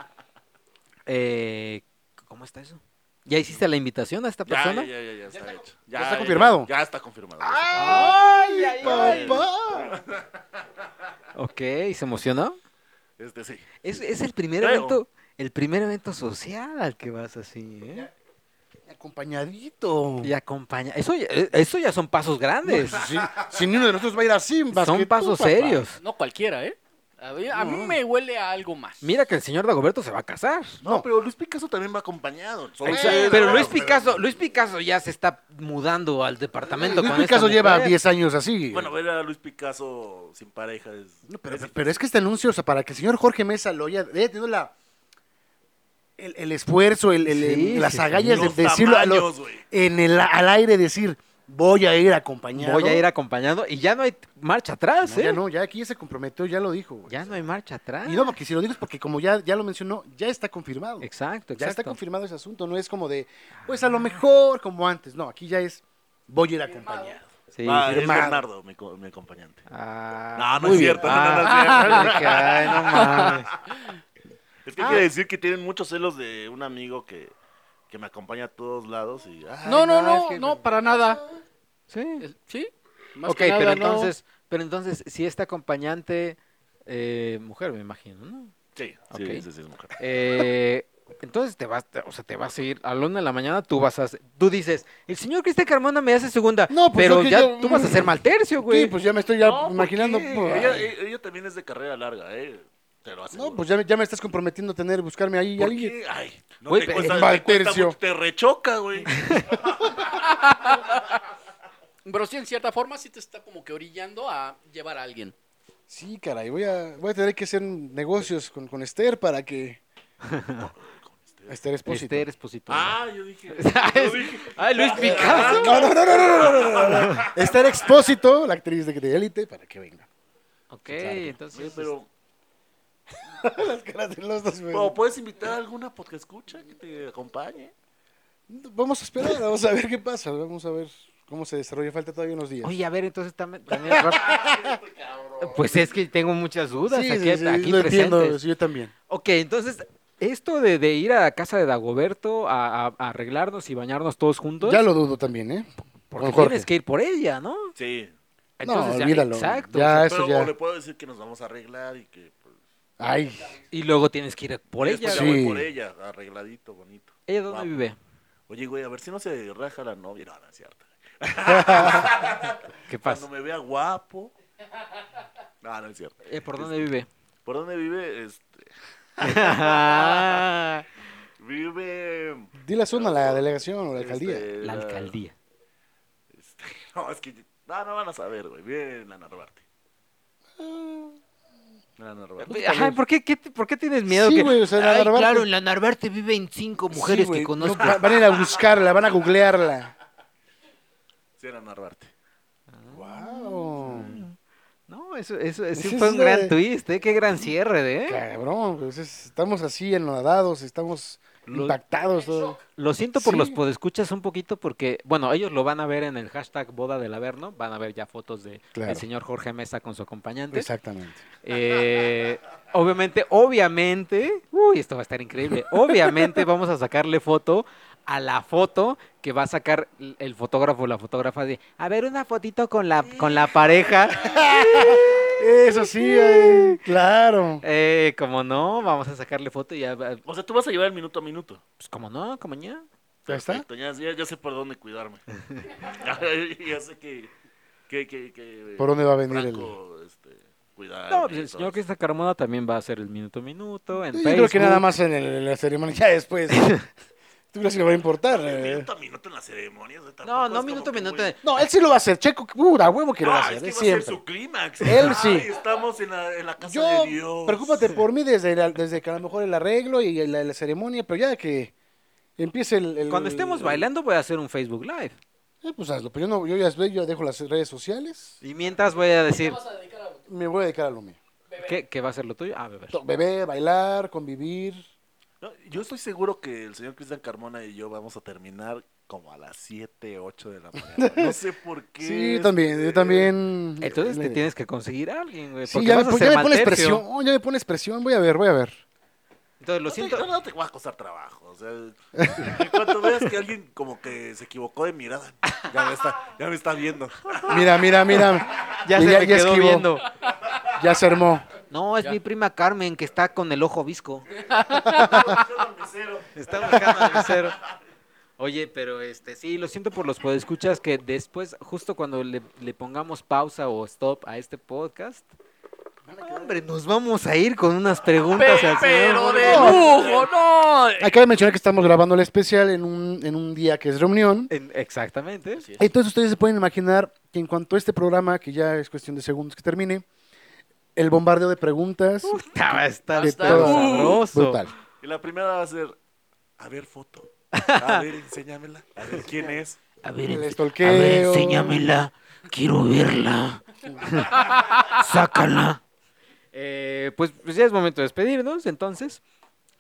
A: Eh, ¿Cómo está eso? ¿Ya hiciste la invitación a esta
F: Ya,
A: persona?
F: ya, ya, Ah. ya, ya está, hecho. Ya,
B: está confirmado?
F: Ya, está confirmado.
B: ¡Ay, papá!
A: Ok, ¿se emocionó?
F: Este sí.
A: Es, es el primer
F: Creo.
A: evento, el primer evento social al que vas así, ¿eh?
B: Acompañadito.
A: Y acompaña. Eso ya, eh, eso ya son pasos grandes.
B: Si, si ni uno de nosotros va a ir así, vas que
A: son
B: tú,
A: pasos
B: papá.
A: serios.
E: No cualquiera, ¿eh? A mí, a mí me huele a algo más.
A: Mira que el señor Dagoberto se va a casar.
F: No, pero Luis Picasso también va acompañado. Solo-
A: Exa- pero Luis Picasso, Luis Picaso ya se está mudando al departamento.
B: Luis
A: con esta
B: Picasso lleva
A: mujer.
B: 10 años así.
F: Bueno, ver a Luis Picasso sin pareja es.
B: No, pero,
F: es-
B: pero es que este anuncio, o sea, para que el señor Jorge Mesa lo haya eh, tenido la, el, el esfuerzo, el, el- el-
A: Sí,
B: las
A: sí, sí.
B: agallas
F: los
B: de decirlo a lo-
F: tamaños, güey.
B: en el, al aire, decir, voy a ir acompañado.
A: Voy a ir acompañado y ya no hay marcha atrás,
B: No,
A: ¿eh?
B: ya no, ya aquí ya se comprometió, ya lo dijo. güey.
A: Ya no hay marcha atrás.
B: Y no, porque si lo digo es porque como ya, ya lo mencionó, ya está confirmado.
A: Exacto, exacto.
B: Ya está confirmado ese asunto, no es como de, pues a lo mejor como antes. No, aquí ya es, voy a ir acompañado.
A: Sí,
F: Ah,
A: sí.
F: es Bernardo, mi, co- mi acompañante.
A: Ah,
F: No, no
A: muy
F: es
A: bien.
F: cierto. no, no, no es
A: Ah,
F: cierto.
A: dije, ay, no mames.
F: Es que quiere decir que tienen muchos celos de un amigo que, que me acompaña a todos lados y... ah, ay,
E: No, no,
F: es
E: no,
F: que-
E: no, para nada.
A: Sí.
E: ¿Sí? Más
A: Ok,
E: que nada,
A: pero
E: no.
A: entonces, pero entonces, si esta acompañante, eh, mujer, me imagino, ¿no?
F: Sí, sí,
A: Ok.
F: sí, sí, es mujer.
A: Eh, entonces te vas, te- o sea, te vas a ir a la una de la mañana, tú vas a, hacer- tú dices, el señor Cristian Carmona me hace segunda,
B: No, pues
A: pero
B: yo que
A: ya
B: yo-
A: tú vas a ser mal tercio, güey.
B: Sí, pues ya me estoy ya
C: Ah,
F: No, ¿por
B: imaginando.
F: qué?
B: pues,
F: Ella, e- ella también es de carrera larga, ¿eh? Te lo aseguro.
B: No, pues ya, me- ya me estás comprometiendo a tener, buscarme ahí
F: ¿Por
B: alguien.
F: qué? Ay, no
A: Güey,
F: te
A: pero-
F: cuesta,
B: Mal
F: te cuesta
B: tercio.
F: mucho, te rechoca, güey.
E: Pero sí, en cierta forma, sí te está como que orillando a llevar a alguien.
B: Sí, caray, voy a, voy a tener que hacer negocios con, con Esther para que. Esther Espósito.
A: Esther Esposito.
F: Ah, yo dije...
A: ¿Sabes?
F: yo dije-
A: Ay, Luis Picasso.
B: No, no, no, no, no, no, no, no, no, no. Esther Expósito, la actriz de de élite, para que venga.
A: Ok,
F: Güey,
A: entonces. pues,
F: pero...
B: Las caras de los dos, güey.
F: pero ¿Puedes invitar a alguna podcast escucha que te acompañe?
B: Vamos a esperar, vamos a ver qué pasa, vamos a ver cómo se desarrolla. Falta todavía unos días.
A: Oye, a ver, entonces tam- también. rap- pues es que tengo muchas dudas
B: Sí,
A: aquí,
B: sí, sí,
A: aquí
B: lo entiendo,
A: presentes.
B: sí, yo también.
A: Ok, entonces, esto de, de ir a casa de Dagoberto a, a- a arreglarnos y bañarnos todos juntos,
B: Ya lo dudo también, ¿eh?
A: porque
B: con Jorge.
A: tienes que ir por ella, ¿no?
F: Sí.
A: Entonces,
B: no,
A: ya-
B: olvídalo.
A: exacto. o
B: Ya,
A: sea,
B: eso
F: Pero o
B: ya.
F: le puedo decir que nos vamos a arreglar y que... Pues,
B: Ay,
A: y luego tienes que ir por
F: después
A: ella.
F: ya
B: Sí.
F: voy por ella, arregladito, bonito.
A: ¿Ella dónde
F: Vamos.
A: vive?
F: Oye, güey, a ver si no se raja la novia. No, no es cierto.
A: ¿Qué
F: Cuando
A: pasa?
F: me vea guapo. Ah, No, no es cierto.
A: Eh, ¿Por dónde vive?
F: ¿Por dónde vive? Este,
A: la
F: vive.
B: di la zona a la delegación o la alcaldía.
F: este,
A: alcaldía.
F: este, no, es que. No, no van a saber, güey. Vive en la Narvarte.
C: Mm.
F: En la Narvarte.
A: Ajá, ¿por, qué, qué- por qué tienes miedo?
B: Pues Sí,
A: que...
B: güey, o sea, la
A: Ay,
B: Narvarte-
A: claro, en la Narvarte viven cinco mujeres
B: Sí, güey,
A: que
B: no,
A: conozco.
B: va- van a ir a buscarla, van a googlearla. Ah,
F: Sí, en la Narvarte.
B: Wow.
A: eso, eso- eso
B: Ese
A: fue
B: es
A: un
B: de-
A: gran twist, ¿eh? Qué gran cierre, ¿eh?
B: Cabrón, pues es- estamos así enladados, estamos
A: Lo-
B: impactados. todo.
A: Lo siento por
B: Sí.
A: los podescuchas un poquito porque, bueno, ellos lo van a ver en el hashtag boda del Averno, van a ver ya fotos de
B: Claro.
A: el señor Jorge Mesa con su acompañante.
B: Exactamente.
A: Eh, obviamente, obviamente, uy, esto va a estar increíble. Obviamente vamos a sacarle foto a la foto que va a sacar l- el fotógrafo o la fotógrafa de, a ver una fotito con la con la pareja.
B: Eso sí, eh, claro.
A: Eh, como no, vamos a sacarle foto y ya, va-
C: O sea, tú vas a llevar el minuto a minuto.
A: pues como no, como ya.
B: Ya está.
C: Perfecto, ya, ya- ya sé por dónde cuidarme. ya, ya sé que, que, que, que- eh,
B: ¿Por dónde va a venir el.?
C: Franco, este, cuidarme
A: No, pues
C: y
A: el
C: todo
A: señor
C: eso.
A: Cristian Carmona también va a hacer el minuto a minuto. En
B: Yo creo que
A: Facebook.
B: nada más en, el- en la ceremonia, ya después. ¿Tú crees que le va a importar? eh?
C: Minuto a minuto en las ceremonias. o
A: No,
C: sea, tampoco es
A: no,
C: como
A: minuto a
C: que
A: minuto.
C: muy-
B: No, él sí lo va a hacer. Checo, uh, a huevo que lo va a
C: Ah,
B: hacer,
C: es que
B: es
C: va a ser
B: siempre.
C: su clímax.
B: Él
C: Ay,
B: sí.
C: Estamos en la, en la casa
B: Yo,
C: de Dios.
B: preocúpate por mí desde, la- desde que a lo mejor el arreglo y la, la ceremonia, pero ya que empiece el. el-
A: Cuando estemos
B: el-
A: bailando voy a hacer un Facebook Live.
B: Eh, pues hazlo, pero yo, no, yo ya yo dejo las redes sociales,
A: Y mientras voy a decir,
E: vas a dedicar a
B: me voy a dedicar a lo mío.
A: ¿qué, qué va a ser lo tuyo? Ah, beber.
B: To- Beber, bailar, convivir.
C: No, yo estoy seguro que el señor Cristian Carmona y yo vamos a terminar como a las 7, 8 de la mañana. No sé por qué.
B: Sí, yo también, yo
C: este,
B: también.
A: Entonces te
B: Le-
A: tienes que conseguir a alguien, güey.
B: Sí,
A: porque
B: ya, me,
A: vas a
B: pon-
A: ser
B: ya me pones
A: maltercio.
B: presión, ya me pones presión, voy a ver, voy a ver.
A: Entonces lo
C: No te,
A: siento.
C: no, no te va a costar trabajo. O sea, en cuanto veas que alguien como que se equivocó de mirada, ya me está, ya me está viendo.
B: Mira, mira, mira.
A: Ya
B: Y
A: se me quedó
B: esquivó,
A: viendo.
B: Ya se armó.
A: No, es
E: Ya.
A: mi prima Carmen que está con el ojo visco. Está cero. Oye, pero este, sí, lo siento por los podescuchas que después, justo cuando le, le pongamos pausa o stop a este podcast, hombre, nos vamos a ir con unas preguntas al señor
E: Pero
A: Jorge.
E: de lujo, no.
B: Acaba de mencionar que estamos grabando el especial en un, en un día que es reunión.
A: En- exactamente.
E: Así es.
B: Entonces ustedes se pueden imaginar que en cuanto a este programa, que ya es cuestión de segundos que termine, el bombardeo de preguntas
A: Puta, va a estar
E: Va a
B: de
E: estar
A: pero
B: todo-
A: Uh, sabroso.
B: brutal.
C: Y la primera va a ser, a ver foto. A ver, enséñamela. A ver quién es.
F: A ver,
B: El
F: ens-
B: stalkeo.
F: a ver, enséñamela. Quiero verla. Sácala.
A: Eh, pues, pues ya es momento de despedirnos, entonces.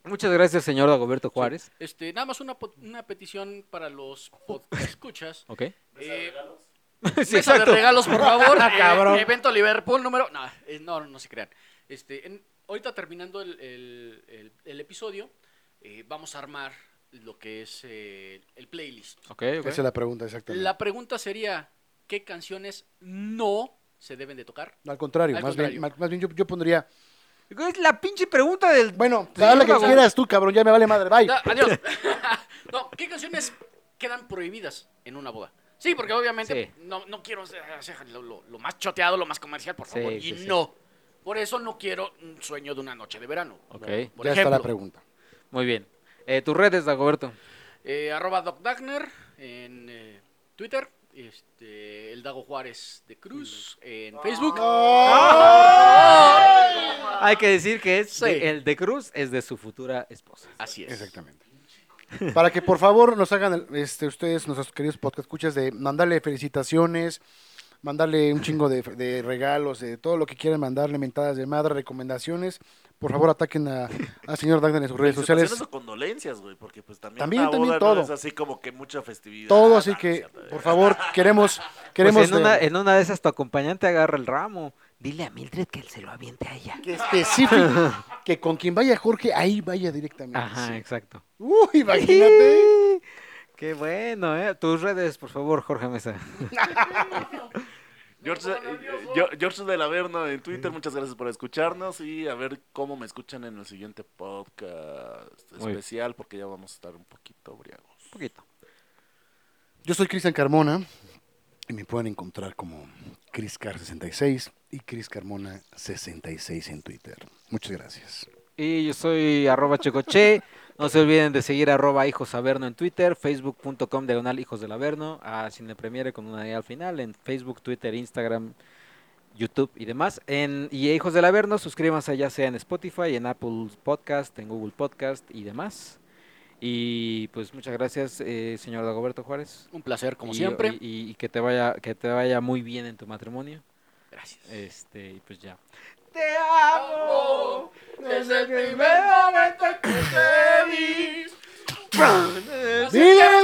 A: Muchas gracias, señor Dagoberto Juárez.
E: Este, nada más una, po- una petición para los escuchas.
A: ¿Ok?
E: sí, mesa de regalos, por favor. Eh, evento Liverpool número. No, eh, no, no se crean. Este, en- ahorita terminando el, el- el- el episodio, eh, vamos a armar lo que es eh, el playlist.
A: Ok, ok.
B: Esa es la pregunta, exactamente.
E: La pregunta sería: ¿qué canciones no se deben de tocar?
B: Al contrario,
E: Al
B: más,
E: contrario.
B: Bien, más, más bien yo, yo pondría...
A: Es la pinche pregunta del...
B: Bueno,
A: Sí,
B: dale que
A: vamos.
B: quieras tú, cabrón, ya me vale madre, bye.
E: Ya, adiós. no, ¿qué canciones quedan prohibidas en una boda? Sí, porque obviamente
A: Sí.
E: no, no quiero hacer hacer lo, lo- lo más choteado, lo más comercial, por
A: Sí,
E: favor.
A: sí,
E: y
A: sí.
E: no. Por eso no quiero un sueño de una noche de verano.
A: Ok,
E: Por
B: ya está la
E: ejemplo,
B: pregunta.
A: muy bien. Eh, Tus redes, Dagoberto.
E: eh, arroba Doc Dagner en eh, Twitter. Este, el Dago Juárez de Cruz en Facebook.
A: Ah. Hay que decir que es
E: Sí.
A: de- el de Cruz es de su futura esposa.
E: Así es.
B: Exactamente. Para que por favor nos hagan el- este, ustedes, nuestros queridos podcast escuchas, de mandarle felicitaciones, mandarle un chingo de, de regalos, de todo lo que quieran mandarle, mentadas de madre, recomendaciones. Por favor, ataquen a- al señor Dagner en sus redes sociales.
C: Felicitaciones o condolencias, güey, porque pues también,
B: También,
C: una
B: también
C: boda
B: todo.
C: no es así como que mucha festividad.
B: Todo, así
C: Ah, no es
B: que,
C: cierto,
B: por
C: eh.
B: favor, queremos, queremos eh,
A: Pues en, una,
B: de-
A: en una de esas tu acompañante agarra el ramo.
F: Dile a Mildred que él se lo aviente a
A: e-
F: ella.
B: que específico, que con quien vaya Jorge, ahí vaya directamente.
A: Ajá,
B: Sí.
A: exacto.
B: Uy, imagínate.
A: Qué bueno, ¿eh? Tus redes, por favor, Jorge Mesa.
C: George, Yo- George del Averno en Twitter, muchas gracias por escucharnos y a ver cómo me escuchan en el siguiente podcast
A: Muy bien.
C: especial, porque ya vamos a estar un poquito briagos.
A: Un poquito.
B: Yo soy Cristian Carmona y me pueden encontrar como CrisCar66 y CrisCarmona66 en Twitter. Muchas gracias.
A: Y yo soy arroba checoche. No se olviden de seguir arroba hijos averno en Twitter, facebook.com diagonal hijos del averno, a Cinepremiere con una D al final, en Facebook, Twitter, Instagram, YouTube y demás. En, y a hijos del averno, suscríbanse ya sea en Spotify, en Apple Podcast, en Google Podcast y demás. Y pues muchas gracias, eh, señor Dagoberto Juárez.
E: Un placer, como
A: Y-
E: siempre.
A: Y, y que te vaya, que te vaya muy bien en tu matrimonio.
E: Gracias.
A: Este, y pues ya.
F: Te
E: amo desde el primer momento en que te vi.
B: ¡Dile!